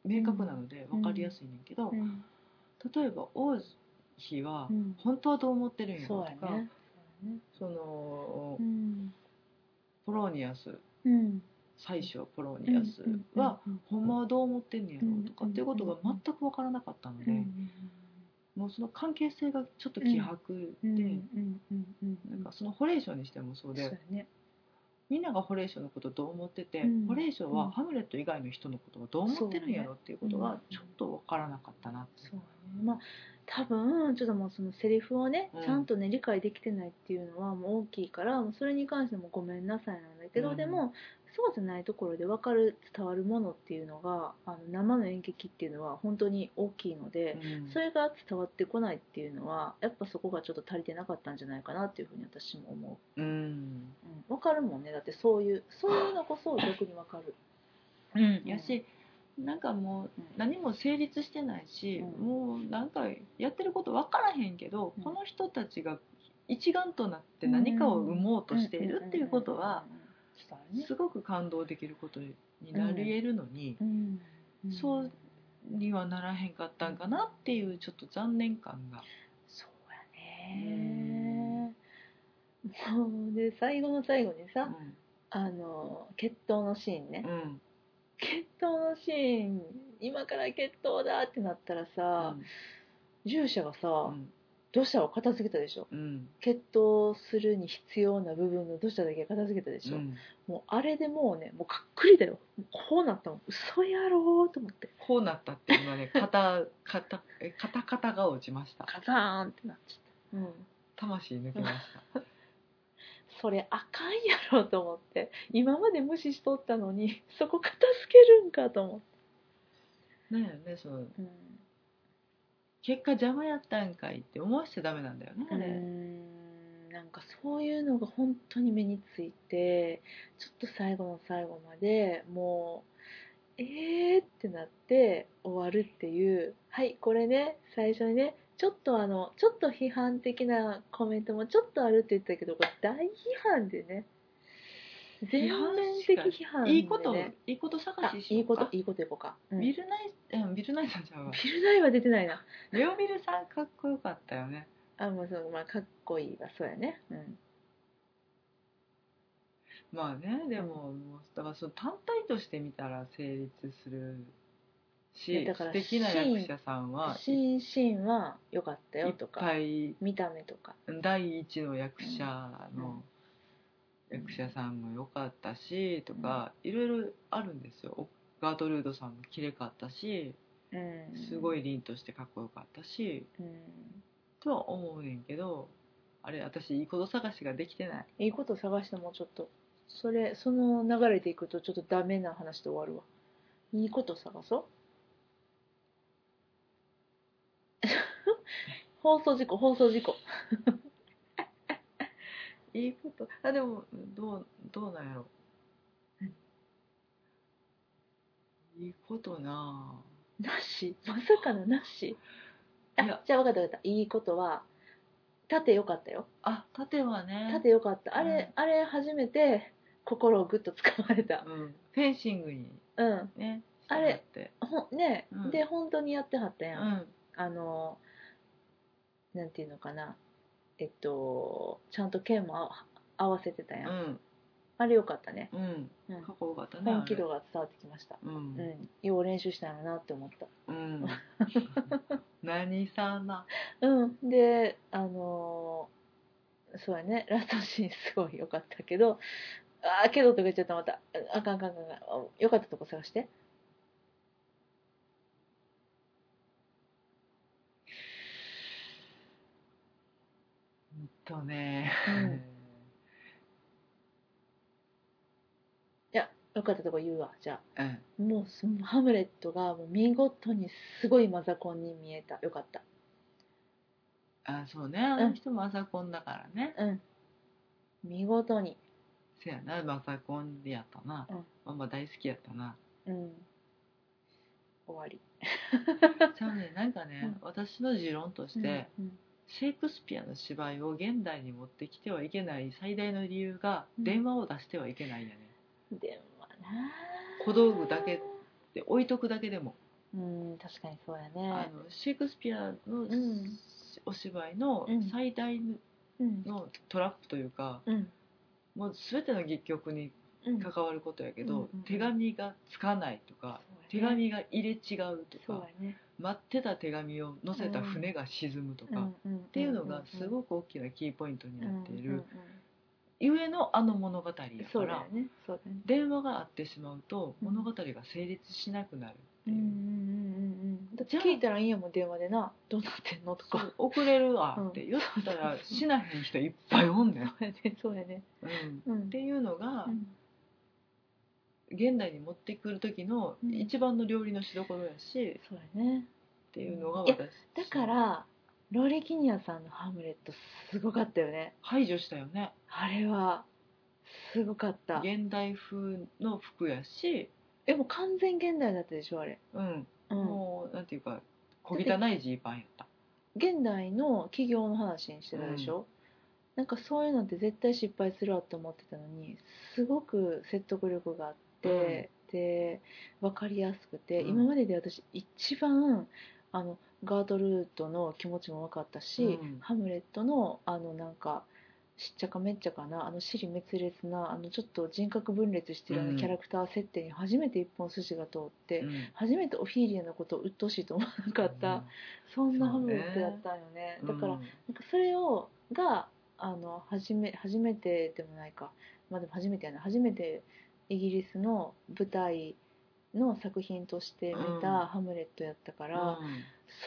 B: 明確なので
A: うん
B: 分かりやすいねんけど
A: うん
B: 例えば王妃は
A: うん
B: 本当はどう思ってるんや
A: そ
B: ろ
A: う
B: と
A: やねそう
B: か
A: やね
B: その
A: うん
B: ポロニアス
A: うん
B: 最初ポロニアスは
A: うん
B: ほんまはどう思ってんねやろとか
A: うん
B: っていうことが全く分からなかったの
A: う
B: で
A: ん
B: もうその関係性がちょっと希薄
A: うんうん
B: で
A: うんうんうん
B: なんかそのホレーションにしてもそ
A: そ
B: う
A: う
B: で
A: やね
B: みんながホレーションのことどう思ってて、
A: うん
B: ホレーション
A: うん
B: はハムレット以外の人のことをどう思ってるんやろっていうこ
A: そ
B: と
A: う
B: が
A: ね
B: ちょっと分からなかったなっ
A: そ
B: て
A: うねまあ多分ちょっともうそのセリフをね、
B: うん
A: ちゃんとね理解できてないっていうのはもう大きいからもうそれに関してもごめんなさいなんだけど、
B: うん
A: でもそうじゃないところで分かる伝わるものっていうのがあの生の演劇っていうのは本当に大きいので、
B: うん
A: それが伝わってこないっていうのはやっぱそこがちょっと足りてなかったんじゃないかなっていうふうに私も思
B: うん
A: う、うん、分かるもんねだってそういうそういうの こそ逆に分かる、ん
B: やしなんかもう
A: うん
B: 何も成立してないし、
A: うん
B: もうなんかやってること分からへんけど、
A: うん
B: この人たちが一丸となって何かを生もうとしているっていうことは
A: うんうんうんうんうん
B: すごく感動できることになり得るのに、
A: うんうん
B: そうにはならへんかったんかなっていうちょっと残念感が。
A: そうやねもうで最後の最後に
B: う
A: さ、
B: ん
A: あの決闘のシーンね、
B: うん
A: 決闘のシーン今から決闘だってなったらさ、従者がさ、
B: うん
A: 土砂を片付けたでしょ
B: うん
A: 決闘するに必要な部分の土砂だけ片付けたでしょ、
B: うん
A: もうあれでもうねもうかっくりだよもうこうなったの嘘やろうと思って
B: こうなったっていうのはね、肩、肩、え肩肩が落ちました。
A: カザーンってなっちゃった、うん、
B: 魂抜けま した。
A: それあかんやろと思って今まで無視しとったのにそこ片付けるんかと思って、
B: ねえねえ、その結果邪魔やったんかいって思わしちゃダメなんだよね。あ
A: う
B: れ
A: んなんなんかそういうのが本当に目についてちょっと最後の最後までもうえーってなって終わるっていうはいこれね最初にねちょっとあのちょっと批判的なコメントもちょっとあるって言ったけどこれ大批判でね全面的批判で、ね、
B: いいこといいこと探
A: あ
B: しし
A: い
B: よ
A: いうこと
B: か
A: いいこといこうか、うん、
B: ビ
A: ビ
B: ルナイスうんビルナイさ んちゃうわ
A: ルナイは出てないな
B: レオビルさんかっこよかったよね
A: あまあそうまあかっこいいはそうやねうん
B: まあねでももうだからその単体として見たら成立する
A: い
B: し
A: やだか
B: 素
A: ら
B: 敵な役者さんは
A: シーンシーンは良かった
B: い
A: よ
B: っ
A: とか
B: ぱい
A: 見た目とか
B: 第一の役者
A: うん
B: の役者さんも良かったしとかいろいろあるんですよガートルードさんも綺麗かったし
A: うん
B: すご
A: い、
B: い凛としてかっこよかったし
A: うん、
B: とは思うねんけどあれ私いいこと探しができてな
A: い
B: い
A: いこと探してもちょっとそれその流れでいくとちょっとダメな話で終わるわいいこと探そう 放送事故放送事故
B: いいことあでもどうどうなんやろいいことなあ
A: なしまさかのなし
B: い
A: あ
B: や
A: じゃあ分かった分かったいいことは縦良かったよ
B: あ縦はね
A: 縦良かったあれ、あれ初めて心をぐっとつかまれた
B: うん、フェンシングに
A: うん
B: ね
A: あれ
B: 従って
A: ほね、
B: うん
A: で本当にやってはった
B: う
A: やん、
B: ん
A: あのなんていうのかなえっとちゃんと剣もあ合わせてたやん、
B: うん
A: あれよかったね、
B: うん
A: うん
B: かっこよかったね
A: 本気度
B: あ
A: が伝わってきました
B: れう
A: うんん、よう練習したんやろなって思った
B: うん 何さな
A: うんであのーそうやねラストシーンすごいよかったけどあーけどとか言っちゃったまたああかんあかんあかんあかんあよかったとこ探して
B: うんとね、
A: いやよかったとこ言うわじゃあ
B: うん、
A: もうそのハムレットがもう見事にすごいマザコンに見えたよかった
B: あそうねあの人も朝コンだからね、
A: うん見事に
B: せやなマサコンでやったな、
A: うん
B: ママ大好きやった な
A: うん終わり
B: ちゃうねなんかね、私の持論として、
A: うん
B: シェイクスピアの芝居を現代に持ってきてはいけない最大の理由が
A: うん
B: 電話を出してはいけないんやね、
A: うんでもなあ
B: 小道具だけで置いとくだけでも、
A: うん確かにそうや
B: あ
A: ね
B: のシェイクスピアの、
A: ん
B: お芝居の
A: うん
B: 最大
A: うん
B: のトラップというか、
A: うん
B: もう全ての劇曲に
A: うん
B: 関わることやけど、
A: うんうん
B: 手紙がつかないとか、
A: そう
B: 手
A: やね
B: 紙が入れ違うと
A: そう
B: か
A: やね
B: 待ってた手紙を載せた船が沈むとか、っ
A: うんって
B: いうのがす
A: く
B: ごく大きなキーポイントになっている、
A: うんうん
B: ゆえのあの物語や
A: うん
B: か
A: そうだ
B: ら
A: よ。ねそうだよね
B: 電話があってしまうと
A: うん
B: 物語が成立しなくなるって
A: う
B: い
A: ん
B: う
A: うんうんうんうんだって
B: じゃあ
A: 聞いたらいいやもん電話でなどうなってんのと
B: そ
A: か
B: う遅れるわ
A: うん
B: って言ったら死なへん人いっぱいおんねん、
A: そうやねそうやね
B: うん
A: う
B: っ
A: ん
B: ていうのが
A: うん
B: 現代に持ってくる時の
A: うん
B: 一番の料理のしどころやしっ
A: そうやね
B: ていうのが
A: いやだ
B: 私
A: からローレキニアさんの「ハムレット」すごかったよね
B: 排除したよね
A: あれはすごかった
B: 現代風の服やし、
A: えもう完全現代だったでしょあれ、
B: うん
A: うん、
B: もうなんていうか小汚いジーパンやった
A: 現代の企業の話にしてたでしょ、なんかそういうのって絶対失敗するわって思ってたのにすごく説得力があって、で分かりやすくて、
B: うん
A: 今までで私一番あのガートルートの気持ちも分かったし、
B: うん
A: ハムレットのあのなんかしっちゃかめっちゃかなあの尻滅裂なあのちょっと人格分裂してるよう
B: う
A: なんキャラクター設定に初めて一本筋が通って、
B: うん
A: 初めてオフィーリアのことを鬱陶しいと思わなかった、そんなハムレットだったんよね
B: うん
A: だから、
B: うん
A: なんかそれをがあの初め初めてでもないかまあでも初めてやな初めてイギリスの舞台の作品として見
B: うん
A: た「ハムレット」やったから、
B: うん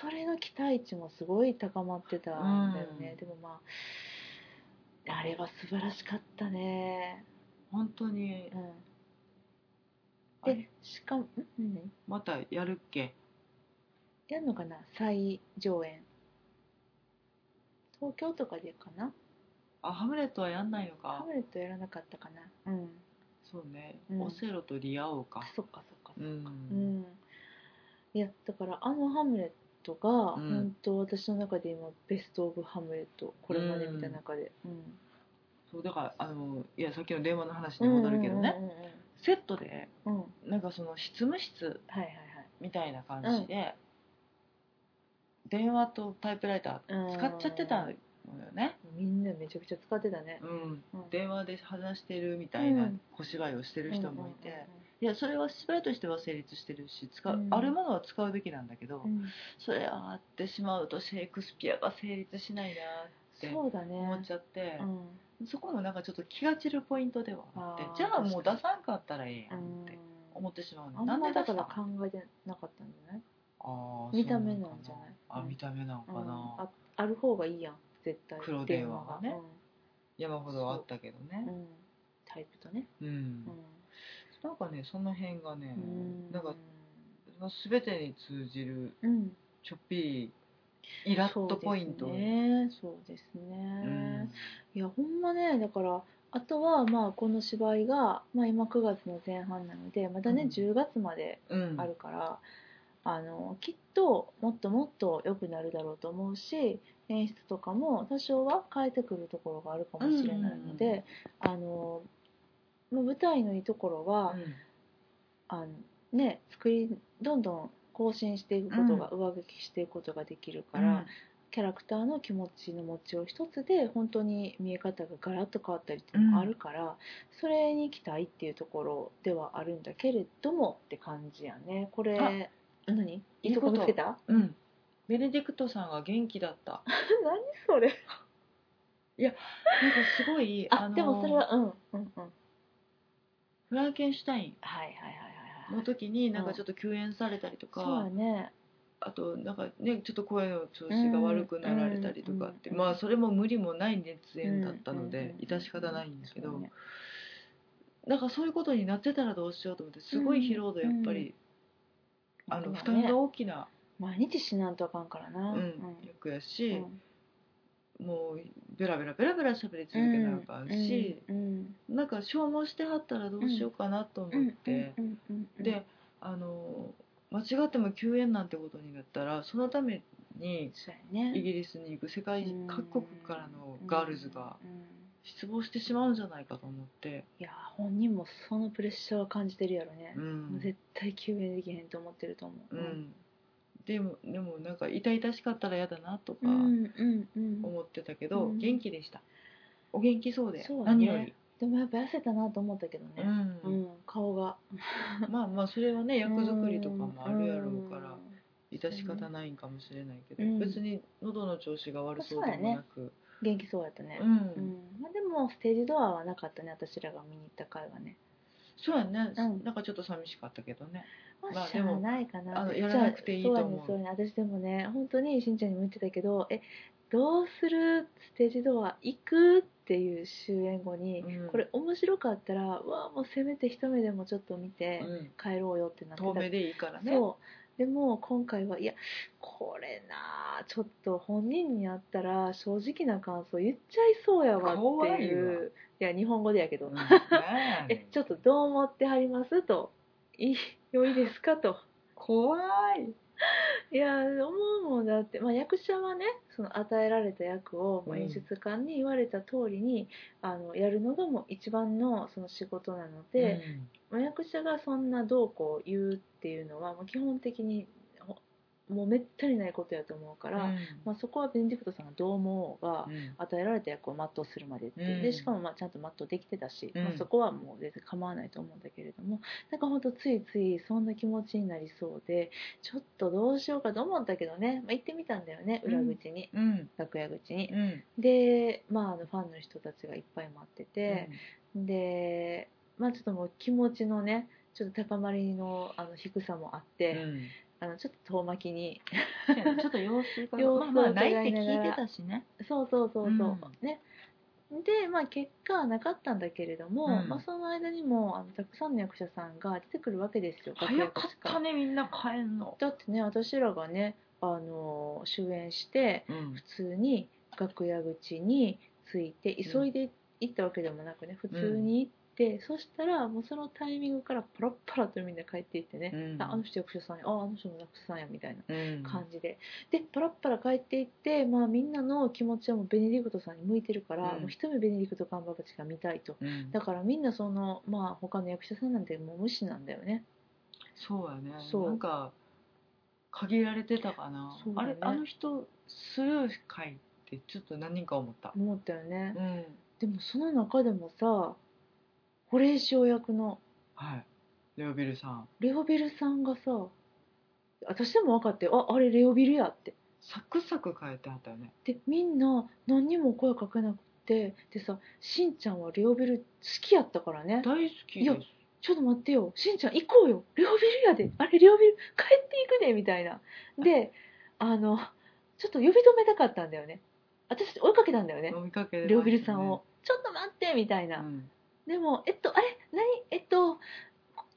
A: それの期待値もすごい高まってたんだよね、
B: うん
A: でもまああれは素晴らしかったね、
B: 本当に
A: うん、
B: あれ
A: でしかもん何
B: またやるっけ
A: やるのかな再上演東京とかでかな
B: ああハムレットはやんないの
A: ハ
B: か
A: ムレットやらなかったかなうん
B: そうね、
A: うん
B: オセロとリア王か
A: そっかそっかそっか
B: うん
A: うんいやだからあの「ハムレット」が、
B: うん
A: 本当私の中で今ベスト・オブ・ハムレットこれまで見た中で、うん
B: そうだからあのいやさっきの電話の話に戻るけどね、セットで
A: うんうんうんうん、うん
B: なんかその執務室
A: はいはいはい
B: みたいな感じで、電話とタイプライター使っちゃってたのよね、
A: みんなめちゃくちゃ使ってたね
B: うん
A: うん
B: 電話で話してるみたいな
A: うん
B: 小芝居をしてる人もいて、
A: う
B: いやそれは芝居としては成立してるし使う、
A: うん
B: あるものは使うべきなんだけど、
A: んうんうんうん
B: それあってしまうとシェイクスピアが成立しないなって
A: そうだね
B: 思っちゃって
A: う、ん
B: そこもなんかちょっと気が散るポイントではあって
A: あー
B: じゃあもう出さんかったらええやんって
A: うん
B: 思ってしまう
A: あ
B: の、
A: ん
B: なん
A: ま
B: で出
A: だ
B: し
A: か
B: た
A: ら
B: の
A: 考えてなかったんじゃない
B: あー
A: 見た目なんじゃない
B: そうのかなあ
A: うん
B: 見た目なんかな、
A: うんあある方がいいやん絶対
B: 黒電話がね
A: 電話
B: 山ほどあったけど
A: がう
B: ね
A: んうんタイプとね
B: うん、
A: う
B: なんかねその辺がね、
A: ん
B: なんか全てに通じる
A: うん
B: ちょっぴりイラッとポイント
A: そうですねそうです
B: う
A: ねい
B: ん、
A: やほんまねだからあとはまあこの芝居が、まあ、今9月の前半なのでまたね、
B: うん
A: 10月まで
B: うん
A: あるから、あのきっともっともっと良くなるだろうと思うし演出とかも多少は変えてくるところがあるかもしれないので、あのまあ舞台のいいところは、
B: うん
A: あのね作りどんどん更新していくことが、上書きしていくことができるから、キャラクターの気持ちの持ちよう一つで本当に見え方がガラッと変わったりっていうのもあるから、それに期待っていうところではあるんだけれどもって感じやねこれ何いいとこ見つけた
B: うん、うんベネディクトさんが元気だった
A: 何それ
B: なんかすごい
A: あ、
B: の
A: でもそれはうんうんうんはい
B: フランケンシュタイ
A: はいはい
B: ン
A: はいは
B: の
A: い
B: 時になんかちょっと救援されたりとか、
A: そうやね
B: あとなんかねちょっと声の調子が悪くなられたりとかって、
A: うんうん
B: まあそれも無理もない熱演だったの
A: うんう
B: で
A: ん
B: 致し方ないんですけど、
A: そうね
B: なんかそういうことになってたらどうしようと思ってすごい疲労度やっぱり、あの負担が大きな、
A: 毎日しなんとあかんから
B: う
A: なうん
B: 役やし、もうベラベラベラベラ喋り続けなあかんし、
A: うんうん
B: なんか消耗してはったらどうしようかなと思って。
A: うんうんうん
B: であの間違っても救援なんてことになったらそのために
A: そうや
B: イ
A: ね
B: ギリスに行く世界各国からのガールズが
A: うんうん
B: 失望してしまうんじゃないかと思って、
A: いやー本人もそのプレッシャーは感じてるやろね
B: う、
A: もうん絶対救援できへんと思ってると思う、
B: うんでもでもなんか痛々しかったら嫌だなとか
A: うんうんうん
B: 思ってたけど、
A: うん
B: 元気でしたお元気そうで
A: そうだね
B: 何より、
A: でもやっぱ痩せたなと思ったけど
B: う
A: ね、
B: ん
A: うん顔が
B: まあまあそれはね役作りとかもあるやろうから
A: ん
B: 致し方ないんかもしれないけど、
A: うん
B: 別に喉の調子が悪そう
A: そう
B: で
A: だ
B: も
A: ね
B: なく
A: 元気そうやったね、
B: うん
A: うんまあ、でもステージドアはなかったね私らが見に行った回はね
B: そうやね、
A: うん
B: なんかちょっと寂しかったけどね
A: ま
B: ま
A: あ
B: あ
A: しゃあないかな、
B: あのやらなくていいと思う
A: じゃあそうやねそうやね私でもね本当にしんちゃんにも言ってたけどえどうするステージドア行くっていう終演後に、
B: うん
A: これ面白かったらわあもうせめて一目でもちょっと見て
B: うん
A: 帰ろうよってなってた、
B: 遠目でいいからね
A: そうでも今回はいやこれなあちょっと本人に会ったら正直な感想言っちゃいそうやわって
B: 怖い
A: いういや日本語でやけ ど、
B: うんね
A: えちょっとどう思ってはりますといい良いですかと
B: 怖い
A: いや思うもんだって、まあ、役者はねその与えられた役を、まあ、
B: うん
A: 演出家に言われた通りに、あのやるのがもう一番のその仕事なので、まあ役者がそんなどうこう言うっていうのはもう基本的にほもうめったにないことやと思うか
B: うん
A: ら、まあ、そこはベネディクトさんがどう思おうが、
B: うん
A: 与えられた役を全うするまでっていう、
B: うん
A: でしかもまあちゃんと全うできてたし、
B: うん
A: まあ、そこはもう全然構わないと思うんだけれどもなんかほんとついついそんな気持ちになりそうでちょっとどうしようかと思ったけどね、まあ、行ってみたんだよね裏口に、
B: うん
A: 楽屋口に
B: う。ん
A: で、まあ、あのファンの人たちがいっぱい待ってて、で、まあ、ちょっともう気持ちのねちょっと高まりのあの低さもあっ
B: う
A: て、
B: ん
A: あのちょっと遠巻きに
B: ちょっと様子が
A: 様子を
B: まあまあない
A: 伺
B: って
A: いながら
B: 聞いてたしね
A: そうそうそうそう、
B: うん
A: ねでまあ結果はなかったんだけれども、
B: うん
A: まあ、その間にもあのたくさんの役者さんが出てくるわけですよ
B: 早か
A: 楽
B: っ
A: 屋口ら
B: たねみんな帰んの
A: だってね私らがねあの主演して
B: うん
A: 普通に楽屋口について急いで行ったわけでもなくね普通に行って、そしたらもうそのタイミングからパラッパラとみんな帰っていってね、
B: うん
A: ああの人役者さんやああの人も役者さんやみたいな
B: うん
A: 感じで、でパラッパラ帰っていって、まあ、みんなの気持ちはもうベネディクトさんに向いてるから、
B: うん
A: もう一目ベネディクト・カンバーバッチが見たいと
B: うん
A: だからみんなそのまあ他の役者さんなんてもう無視なんだよね
B: そうやね
A: そう
B: なんか限られてたかな、
A: そうだ
B: あ
A: ね
B: れあの人スルー会ってちょっと何人か思った、
A: 思ったよね、
B: うん
A: でもその中でもさホレイシオ役の
B: はいレオビルさん
A: レオビルさんがさ私でも分かってああれレオビルやって
B: サクサク変えてはったよね
A: でみんな何にも声かけなくてでさしんちゃんはレオビル好きやったからね
B: 大好き
A: い
B: で
A: や
B: す
A: ちょっと待ってよしんちゃん行こうよレオビルやであれレオビル帰っていくねみたいなであのちょっと呼び止めたかったんだよね私追いかけたんだよね
B: 飲みかけてまし
A: レ
B: たね
A: オビルさんを、ちょっと待ってみたいうな、
B: ん
A: でも、えっと、あれ、何、えっと、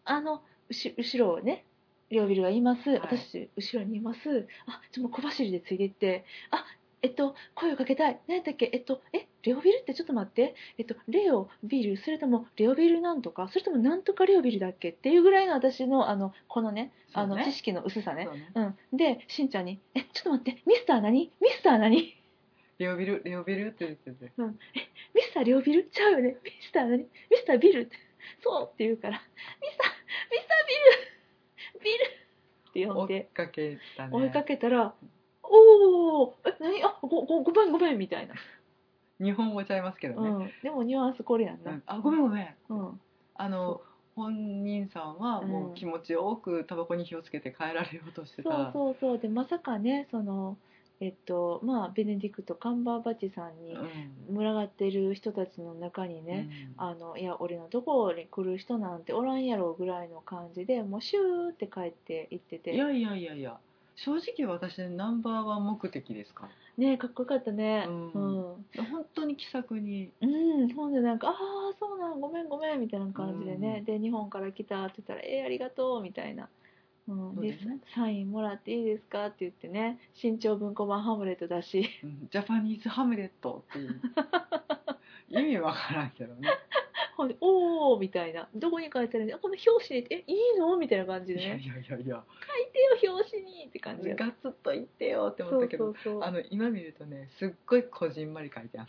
A: あの、うし後ろをね、両ビルがいます、
B: い
A: 私、後ろにいます、あちょっともう小走りでついていって、あえっと、声をかけたい、何やったっけ、えっと、え、レオビルってちょっと待って、えっと、レオビル、それともレオビルなんとか、それともなんとかレオビルだっけっていうぐらいの私の、あの、このね、
B: そ
A: あ
B: うね
A: の、知識の薄さね。
B: そうね
A: うん、で、しんちゃんに、え、ちょっと待って、ミスター何ミスター何
B: レオビルレオビルって言ってて
A: ミスター両ビルちゃうよね。ミスター何ミスタービルって。そうって言うから、ミスター、ミスタービルビルって呼ん
B: 追
A: で
B: い、かけたね
A: 追いかけたら、おおえ、何あ、ご、ご、ごめんごめんみたいな。
B: 日本語ちゃいますけど
A: う
B: ね、
A: ん。でもニュアンスこれやん
B: う
A: な。
B: んあごめんごめん
A: うん。
B: あの本人さんはもう気持ちよくタバコに火をつけて帰られようとしてた、
A: そうそうそう。で、まさかね、その、えっと、まあ、ベネディクト・カンバーバッチさんに
B: うん
A: 群がってる人たちの中にね、
B: うん
A: あのいや俺のとこに来る人なんておらんやろぐらいの感じでもうシューって帰って行ってて
B: いやいやいやいや正直私ナンバーワン目的ですか
A: ねかっこよかったね
B: う
A: うんん、
B: ら本当に気さくに
A: うんほんでなんか「ああそうなんごめんごめん」みたいな感じでね、
B: うん
A: で日本から来たって言ったら「えー、ありがとう」みたいな。うん、
B: そう
A: で
B: ですね
A: サインもらっていいですかって言ってね新潮文庫版ハムレットだし
B: うんジャパニーズハムレットっていう意味わからんけどね
A: ほんでおおみたいなどこに書いてあるんであこの表紙にえいいのみたいな感じ
B: い
A: で
B: や
A: ね
B: いやいやいや
A: 「手を表紙に」って感じ
B: ガツッと言ってよって
A: そ
B: 思った
A: う
B: け
A: そ
B: ど
A: うそう
B: あの今見るとねすっごいこじんまり書いてあ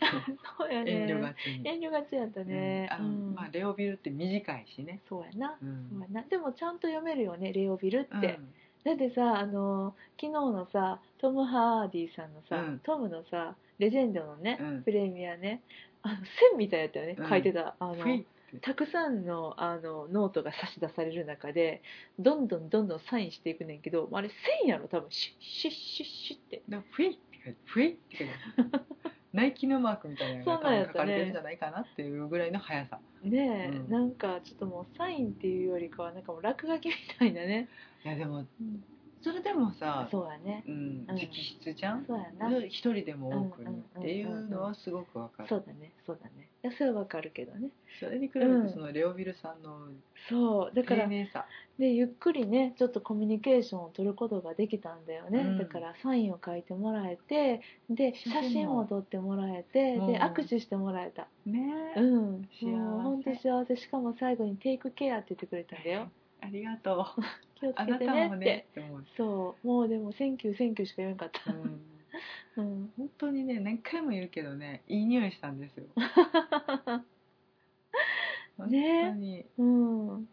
B: る
A: そうやね
B: 遠慮がちに、
A: 遠慮がちやったね、
B: うんあの
A: うん
B: まあ、レオビルって短いしね、
A: そうやな、
B: うん
A: そうやなでもちゃんと読めるよねレオビルって、
B: うん
A: だってさあの昨日のさトム・ハーディさんのさ、
B: うん
A: トムのさレジェンドのね、
B: うん
A: プレミアねあの線みたいやったよね、
B: うん
A: 書いてたあの
B: ふいって
A: たくさんのあのノートが差し出される中でどんどんどんどんサインしていくねんけどあれ線やろ多分シュッシュッシュッシュッって
B: でふいって書いてふいって書いて あるナイキのマークみたいなのが
A: そ
B: 多
A: んなんや
B: 分
A: ったね
B: 書かれてるんじゃないかなっていうぐらいの速さ
A: ねえ、
B: うん
A: なんかちょっともうサインっていうよりかはなんかもう落書きみたいなね、
B: いやでもそれでもさ
A: そうやね
B: うん、
A: うん
B: 直筆じゃん
A: そうやな
B: 一人でも多くに
A: うんうんうんうん
B: っていうのはすごくわかる
A: そうだねそうだねいやそれはわかるけどね
B: それに比べて
A: うん
B: そのレオビルさんの
A: そうだか
B: 丁
A: ら
B: 寧さ、
A: でゆっくりねちょっとコミュニケーションを取ることができたんだよね、
B: うん
A: だからサインを書いてもらえてで
B: 写真も
A: 写真も撮ってもらえてで
B: うん
A: 握手してもらえた
B: ねえ
A: うん
B: 幸せ
A: もうほんと幸せしかも最後に「テイクケア」って言ってくれたんだよ
B: ありが とう
A: 気をつ
B: あ
A: け
B: な
A: て
B: た
A: ね
B: も
A: って
B: ねって思う、
A: そうもうでも「センキューセンキュー」しか言えんかっ
B: う
A: た、
B: ん、
A: うん、
B: 本当にね何回も言うけどねいい匂いしたんですよ本当に
A: うん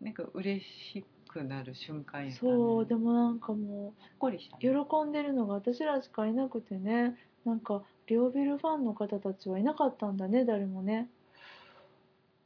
B: なんか嬉しくなる瞬間やったね
A: そうで
B: も
A: もなんかもう
B: ほっこりしたね、
A: 喜んでるのが私らしかいなくてねなんかリオビルファンの方たちはいなかったんだね誰もね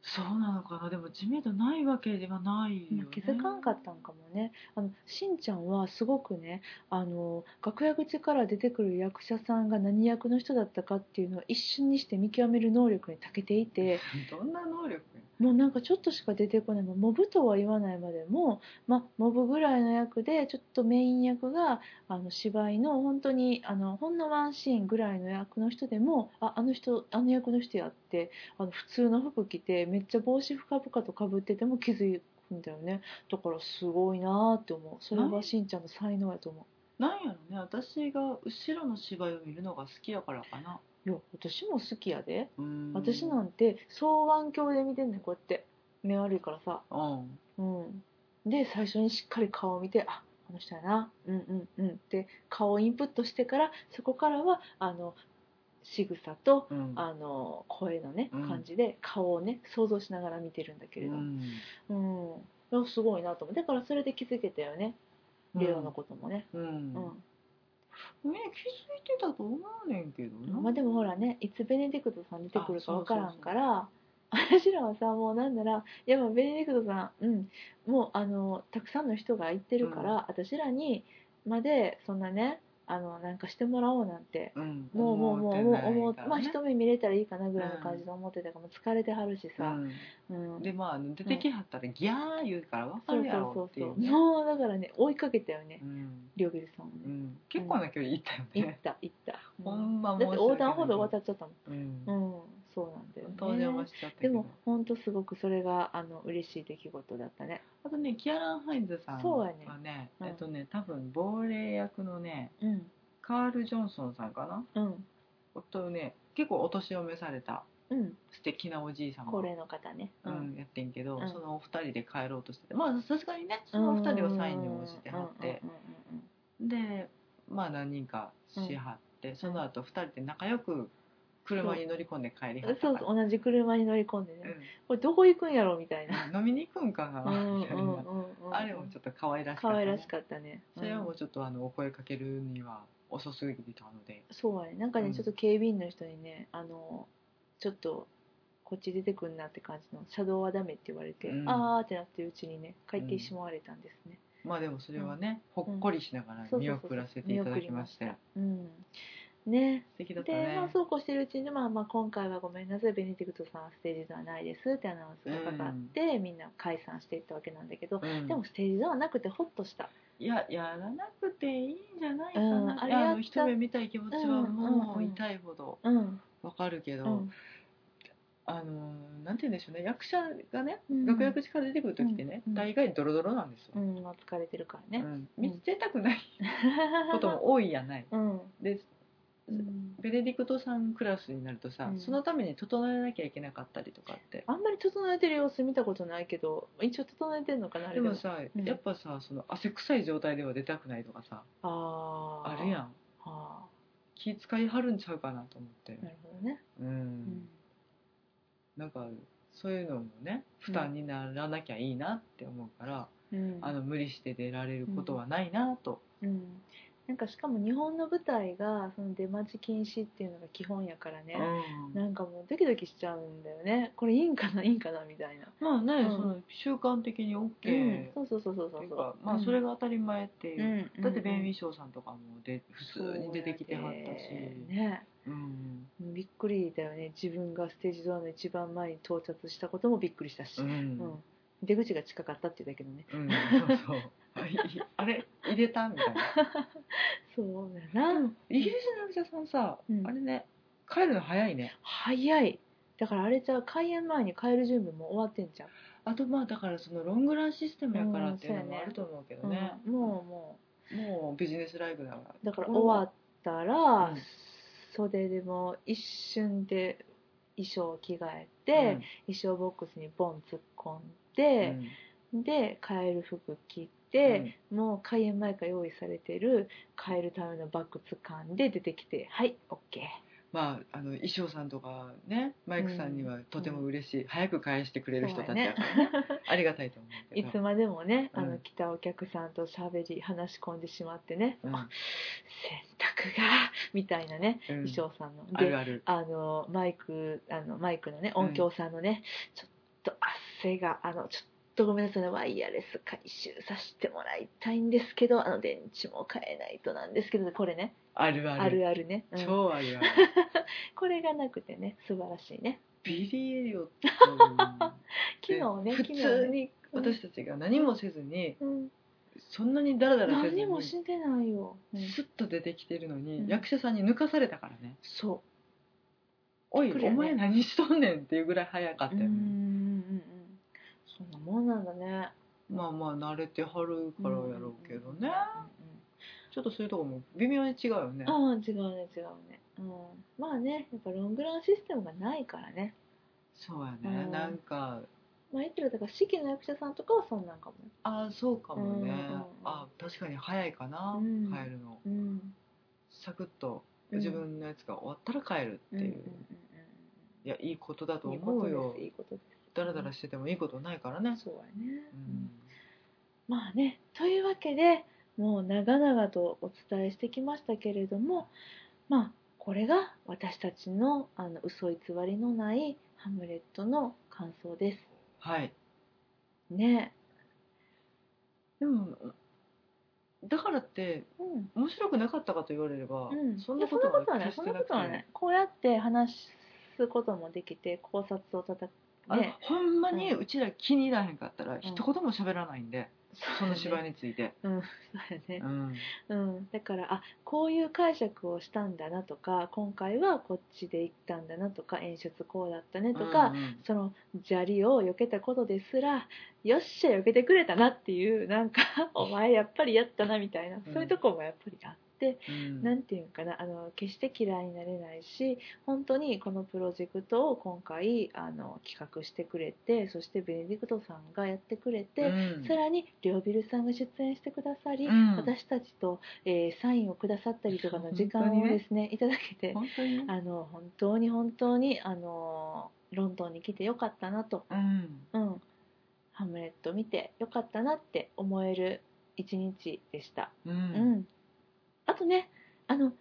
B: そうなのかなでも知名度ないわけではないよ、ね、
A: 気づかんかったんかもねあのしんちゃんはすごくねあの楽屋口から出てくる役者さんが何役の人だったかっていうのを一瞬にして見極める能力に長けていて
B: どんな能力や
A: もうなんかちょっとしか出てこないもうモブとは言わないまでも、ま、モブぐらいの役でちょっとメイン役があの芝居の本当にあのほんのワンシーンぐらいの役の人でもああの人あの役の人やってあの普通の服着てめっちゃ帽子深々とかぶってても気づくんだよねだからすごいなーって思うそれがしんちゃんの才能やと思
B: なんやろね私が後ろの芝居を見るのが好きやからかな
A: いや私も好きやで、
B: うん
A: 私なんて双眼鏡で見てんねんこうやって目悪いからさ
B: うん
A: うんで最初にしっかり顔を見てあこの人やなうんうんうんって顔をインプットしてからそこからはあの仕草と
B: うん
A: あの声のね
B: うん
A: 感じで顔をね想像しながら見てるんだけれど
B: う
A: も
B: ん
A: うん、いやすごいなと思うだからそれで気づけたよねレオのこともね、
B: うん、うん
A: うん
B: ね気づいてたと思うねんけどな、
A: まあでもほらねいつベネディクトさん出てくるか分からんから私らはさもうなんならいやまあベネディクトさん、うん、もうあのたくさんの人が行ってるから、
B: う
A: 私らにまでそんなねあのなんかしてもらおうなんて
B: うん、
A: もうもうもうもう思う、まあ
B: 目
A: 一目見れたらいいかなぐらいの感じで思ってたから、もう疲れてはるしさ、うん
B: でまああの出てきはったらギャー言うから分か
A: そう
B: る
A: そ
B: や
A: うそ
B: ろ
A: う
B: ってい
A: そうう
B: ね
A: もうだからね追いかけたよね
B: うん
A: 両ビルさんも
B: う
A: ね、
B: ん結構な距離行ったよ
A: 行っ
B: ね、
A: た行った、
B: ほ
A: うん
B: んま
A: だって横断歩道渡
B: た
A: っちゃったもん
B: うん
A: うん、そうなんだよね
B: 本当に邪魔しちゃったけ
A: で
B: ど
A: も本当すごくそれがあの嬉しい出来事だったね。
B: あとねキアラン・ハイズさんは
A: そうやねうん
B: えっとね多分亡霊役のね
A: うん
B: カール・ジョンソンさんかな
A: うん
B: 夫をね結構お年を召された
A: うん
B: 素敵なおじいさんが
A: 高齢の方ね。
B: うんやってんけど、
A: うん
B: そのお二人で帰ろうとしててまあさすがにねそのお二人はサインに応じてはって
A: うんうんうん
B: でまあ何人かしはって、その後二人で仲良く車に乗り込んで帰り
A: う
B: は
A: んうん。
B: ったか
A: そ
B: ら
A: うそう同じ車に乗り込んでね。
B: う
A: これどこ行くんやろみたいな。
B: ん飲みに行くんかな
A: うんうん
B: みたいな、
A: うんうん。
B: あれもちょっと可愛らしか
A: 可
B: ったね、
A: 愛らしかったね。
B: それはも
A: う
B: うんちょっとあのお声かけるには遅すぎたので、
A: そうやね。なんか
B: う
A: ね
B: ん
A: ちょっと警備員の人にねあのちょっとこっち出てくんなって感じの車道はダメって言われて、
B: うん
A: あーってなってるうちにね帰ってしまわれたんですね。
B: まあでもそれはね、ほっこりしながら見送らせていただきまして
A: そうそうそうそう見送りましたうん。ね。
B: 素敵だった
A: で、
B: ね
A: まあ、そうこうしてるうちに、まあまあ、今回はごめんなさいベネディクトさんはステージではないですってアナウンスがかかって、みんな解散していったわけなんだけど、
B: うん
A: でもステージではなくてホッとした、
B: いややらなくていいんじゃないか
A: うん
B: な、
A: あ
B: い
A: れ
B: やあ
A: やっ
B: の
A: た
B: 一目見たい気持ちはもう痛いほど
A: うん
B: わかるけど、
A: うん
B: あのーなんて言うんでしょうね役者がね
A: うん
B: 楽役力出てくる時ってね、
A: うん
B: 大概ドロドロなんですよ、
A: うんもう疲れてるからね、
B: うん見せた くないことも多いやない
A: うん、
B: で
A: うん
B: ベネディクトさんクラスになるとさ、
A: うん
B: そのために整えなきゃいけなかったりとかって
A: あんまり整えてる様子見たことないけど一応整えてんのかなあれ
B: で
A: でも
B: もさ、
A: うん
B: やっぱさその汗臭い状態では出たくないとかさ
A: あ
B: あ
A: ー
B: るやん
A: あ
B: 気使いはるんちゃうかなと思って
A: ーなるほどね、
B: うん、
A: うん
B: なんかそういうのもね負担にならなきゃいいなって思うから、
A: うん
B: あの無理して出られることはないなと、
A: うん、なんかしかも日本の舞台がその出待ち禁止っていうのが基本やからね、
B: うん
A: なんかもうドキドキしちゃうんだよねこれいいんかないいんかなみたいな、
B: まあね、
A: うん
B: その習慣的に OK って
A: うん
B: いう、
A: そうそうそうそう
B: か、
A: そう
B: まあそれ
A: が、
B: が当たり前っていうう、
A: ん
B: だって弁
A: ン
B: 美翔さんとかもで普通に出てきてはったし、
A: ね
B: うん
A: びっくりだよね自分がステージドアの一番前に到着したこともびっくりしたし、
B: う
A: うん
B: ん
A: 出口が近かったっていうだけどね
B: うん、そうそうあれ入れたみたいな
A: そうだな、
B: イギリスの役者さんさ、
A: うん
B: あれね帰るの早いね
A: 早いだからあれじゃう開演前に帰る準備もう終わってんじゃん
B: あとまあだからそのロングランシステムやからっていう
A: う
B: の
A: んそう
B: も
A: やね
B: あると思うけどね、
A: うんもうも
B: もうビジネスライブだから
A: うだから終わったら、
B: うん
A: 袖でもう一瞬で衣装を着替えて、衣装ボックスにボン突っ込んで、で買える服着て、、もう開演前から用意されてる買えるためのバッグ掴んで出てきて「はいオッケ
B: まああの衣装さんとかねマイクさんにはとても嬉しい、早く返してくれる人たちやからね ありがたいと思う
A: ー
B: け
A: い
B: ど
A: つまでもね、
B: うん
A: あの来たお客さんと喋り話し込んでしまってね、
B: うん
A: あ洗濯がみたいなね
B: うん
A: 衣装さんの、
B: あ
A: で
B: るある
A: あのマイクあのマイクのね音響さんのね、ちょっと汗があのちょっとごめんなさいねワイヤレス回収させてもらいたいんですけどあの電池も変えないとなんですけどこれね
B: あるある
A: あるあるね、うん
B: 超あるある
A: これがなくてね素晴らしいね
B: ビリー・エリオット
A: 昨日ね
B: 普通
A: に、
B: に私たちが何もせずに
A: うん、
B: そんなにダラダラせずに
A: 何もしてないよ、うん
B: スッと出てきてるのに、
A: うん
B: 役者さんに抜かされたからね
A: そ
B: 「おい、
A: びっくり
B: お
A: やね
B: 前何しとんねん」っていうぐらい早かっ
A: ううんう
B: たよ
A: んうん
B: ね、
A: うんそんなもんなんだね
B: まあまあ慣れてはるからやろうけどね、
A: うんうんうんうん
B: ちょっとそういうとこも微妙に違うよね
A: ああ違うね違うね、うん、まあねやっぱロングランシステムがないからね
B: そうやね、
A: うん
B: なんか
A: まあ言ってるだから式の役者さんとかはそんなんかも
B: ああそうかもね、
A: うんうんうん
B: あ確かに早いかな、
A: うん
B: 帰るの
A: うん
B: サクッと自分のやつが終わったら帰るってい
A: んん
B: う、いやいいことだと
A: うんうんいい
B: 思
A: こ
B: う
A: と
B: よ
A: ですいいことです
B: ダラダラしててもいいことないからね、
A: そうやね、
B: う
A: うん
B: ん、
A: まあねというわけでもう長々とお伝えしてきましたけれどもまあこれが私たちのあの嘘偽りのないハムレットの感想です
B: はい
A: ね。
B: でもだからって
A: うん
B: 面白くなかったかと言われれば、
A: うん、
B: そんなことは決し
A: そん
B: て
A: な
B: な
A: こ
B: くて
A: とはないこうやって話すこともできて考察をたたく
B: あの
A: ね
B: ほんまにうちら気に入らへんかったら
A: ん
B: 一言も喋らないんで、その芝居
A: に
B: について、
A: うんそうやね
B: う、ん、
A: うん、だからあこういう解釈をしたんだなとか今回はこっちで行ったんだなとか演出こうだったねとか、
B: うんうん
A: その砂利を避けたことですらよっしゃ避けてくれたなっていうなんか お前やっぱりやったなみたいな、
B: ん
A: そういうとこもやっぱりあって、
B: うん
A: なんていうんかなあの決して嫌いになれないし本当にこのプロジェクトを今回あの企画してくれてそしてベネディクトさんがやってくれて、
B: うん
A: さらにリョービルさんが出演してくださり、
B: うん
A: 私たちと、えーサインをくださったりとかの時間
B: 本当に
A: を
B: ね
A: ですねいただけて
B: 本当にね、
A: あの本当に本当にあのロンドンに来てよかったなと、
B: うん、
A: うん、ハムレット見てよかったなって思える一日でした、
B: う
A: うん
B: ん
A: あとねあの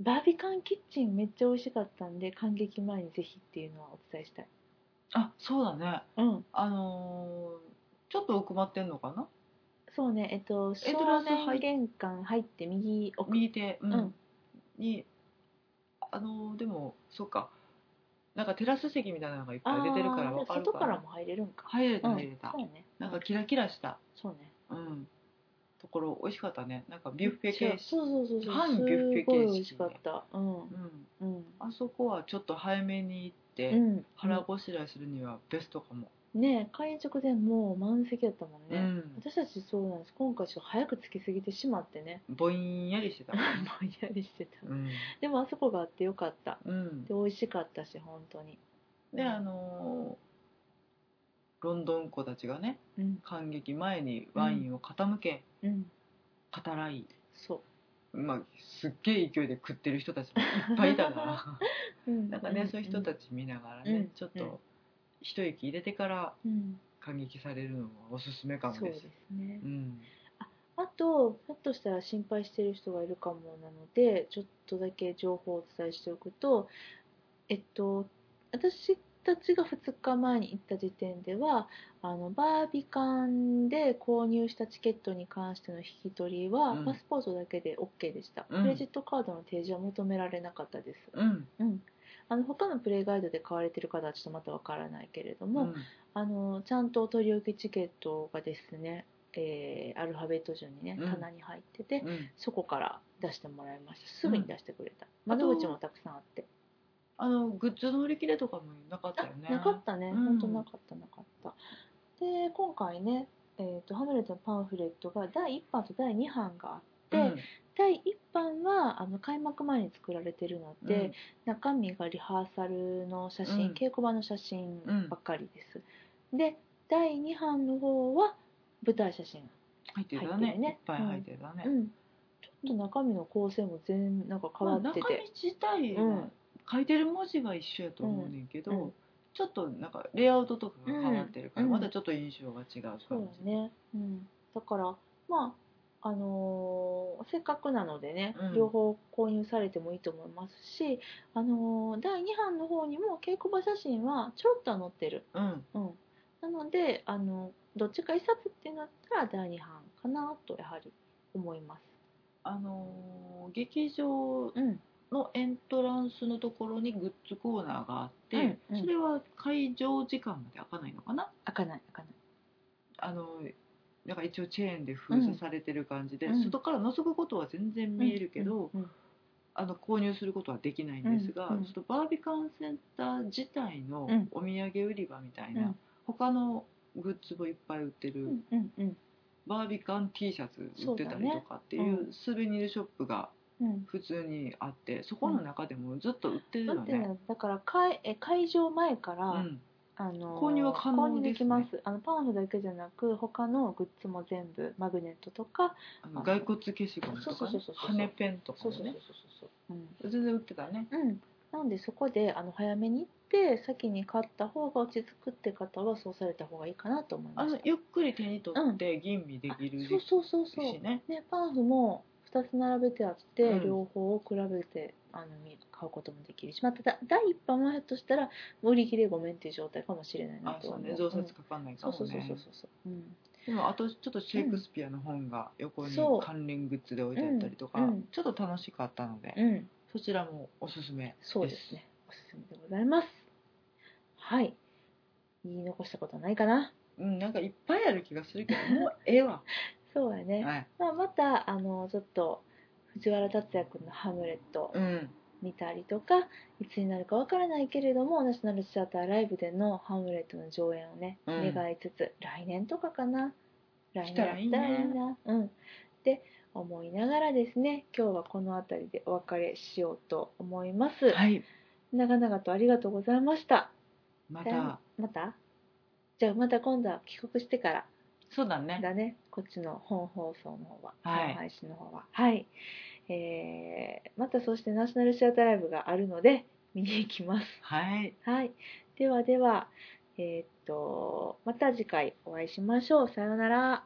A: バービカンキッチンめっちゃ美味しかったんで感激前にぜひっていうのはお伝えしたい、
B: あそうだね
A: うん、
B: あのーちょっと奥まってんのかな
A: そうねえっと
B: エントラ
A: 正
B: ンス入
A: 面
B: っ
A: 玄関入って右奥
B: 右手、うん
A: うん
B: にあのーでもそうかなんかテラス席みたいなのがいっぱい出てるから
A: あー
B: わかる
A: 外
B: か
A: から
B: ら
A: も入れるんか
B: 入れた入れ
A: うん
B: た、
A: そうね
B: なんかキラキラした、
A: そうね
B: うん、ところ美味しかったねなんかビュッフェ形式、
A: そうそうそうそう
B: 半ビュッフ
A: す
B: ェ形式
A: ごい美味しかったうん
B: うん、
A: うん
B: あそこはちょっと早めに行って、
A: うん、
B: 腹ごしらえするにはベストかも、
A: ねえ開演直前もう満席だったもん
B: う
A: ね、
B: ん
A: 私たちそうなんです今回ちょっと早く着きすぎてしまって ね
B: ぼんやりして た
A: ぼ
B: もんね
A: んやりしてた、
B: うん、
A: でもあそこがあってよかった
B: うん
A: で、美味しかったし本当に
B: であのーロンドン子たちがね
A: うん
B: 感激前にワインを傾け、
A: うん
B: 語らい
A: そ
B: まあ、すっげえ勢いで食ってる人たちもいっぱいいた から
A: う、うん、
B: なんかね、そういう人た
A: ち、
B: ち見ながら
A: うん
B: ね、ちょっ
A: うん
B: と一息入れてから
A: うん、
B: 感激されるのもおすすめかも
A: そう
B: で
A: ですすね、
B: うん
A: あとひょっとしたら心配してる人がいるかもなのでちょっとだけ情報をお伝えしておくとえっと私たちが2日前に行った時点ではあのバービカンで購入したチケットに関しての引き取りは、
B: うん
A: パスポートだけで OK でした、
B: うん
A: クレジットカードの提示は求められなかったです、
B: うん
A: うん、あの他のプレイガイドで買われてる方はちょっとまたわからないけれども、
B: うん
A: あのちゃんとお取り置きチケットがですね、えーアルファベット順にね
B: うん
A: 棚に入ってて、
B: うん
A: そこから出してもらいましたすぐに出してくれた、
B: んあと
A: 窓口もたくさんあって
B: あのグッズの売り切れとかもなかった
A: あ
B: よね
A: なかったね、
B: うん
A: ほんとなかったなかったで今回ね、えーと「ハムレット」のパンフレットが第1版と第2版があって、
B: うん
A: 第1版はあの開幕前に作られてるので、
B: うん
A: 中身がリハーサルの写真、
B: うん
A: 稽古場の写真ばっかりです、で第2版の方は舞台写真、
B: 入ってた
A: 入って
B: ね
A: るね
B: いっぱい入ってたね、
A: うん、ちょっと中身の構成も全なんか変わって
B: まあ、中身
A: て、
B: 自体は、
A: うん
B: 書いてる文字は一緒やと思うねんけど、
A: うんうん
B: ちょっとなんかレイアウトとかが変わってるから、
A: うん
B: まだちょっと印象が違う感じ
A: そうだね、うん、だからまああのーせっかくなのでね、
B: うん
A: 両方購入されてもいいと思いますし、あのー第2版の方にも稽古場写真はちょろっとは載ってる、
B: うん
A: うん、なのであのどっちか一冊ってなったら第2版かなとやはり思います。
B: あのー劇場
A: うん、
B: のエントランスのところにグッズコーナーがあって、
A: うんうん
B: それは会場時間まで開かないのかな
A: 開かない開かない
B: あのーだから一応チェーンで封鎖されてる感じで、
A: うん
B: 外から覗くことは全然見えるけど、
A: うんうん
B: あの購入することはできないんですが、
A: うんうん
B: ちょっとバービカンセンター自体の
A: うん
B: お土産売り場みたいな、
A: うん
B: 他のグッズもいっぱい売ってる、
A: うんうんうん
B: バービカン T シャツ売ってたりとかってい
A: そうだねう
B: うスーベニールショップが
A: うん
B: 普通にあってそこの中でもずっと売ってる
A: な
B: よ
A: んていう
B: ね、
A: のだから会え会場前から、
B: うん
A: あの
B: 購入は可能ですね
A: 購入できますあのパンフだけじゃなく他のグッズも全部マグネットとか
B: あの骸骨消しゴムと
A: そう
B: か
A: そ
B: ね
A: うそうそう
B: 羽ペンとか
A: そ
B: も
A: うそうそうそ
B: ね
A: うそう、うん
B: 全然売ってたね
A: うん、なんでそこであの早めに行って先に買った方が落ち着くって方はそうされた方がいいかなと思い
B: あ
A: まし
B: の
A: た
B: ゆっくり手に取って吟味で
A: あ
B: きる
A: そうそうそうそう
B: しね
A: ねパンフも2つ並べてあって、
B: うん
A: 両方を比べてあの見買うこともできるしまただ第一版もひょっとしたら売り切れごめんっていう状態かもしれないな
B: あ
A: と
B: そう
A: 思う
B: ね増
A: うん
B: 刷かかんないか
A: そう
B: も
A: そうそうそ
B: ね
A: うそううん
B: でもあとちょっとシェイクスピアの本が横に
A: そう
B: 関連グッズで置いてあったりとか、
A: うんうん
B: ちょっと楽しかったので、
A: うん
B: そちらもおすすめです
A: そうですねおすすめでございますはい言い残したことはないかな
B: うん、なんかいっぱいある気がする けどもうええわ、
A: そうやね、
B: はい
A: まあ、またあのちょっと藤原竜也君の「ハムレット
B: うん」
A: 見たりとかいつになるかわからないけれどもナショナルシアターライブでの「ハムレット」の上演をね、
B: うん
A: 願いつつ来年とかかな来年
B: 来た
A: だ
B: らいい
A: った
B: ね
A: らいいなうんって思いながらですね今日はこの辺りでお別れしようと思います、
B: はい
A: 長々とありがとうございました
B: ま
A: じゃあ
B: た
A: またじゃあまた今度は帰国してから
B: そうだね
A: だね、こっちの本放送の方は、
B: はい
A: 本配信の方は。はい。えーまたそしてナショナルシアターライブがあるので、見に行きます。
B: はい
A: はい。ではでは、えーっと、また次回お会いしましょう。さようなら。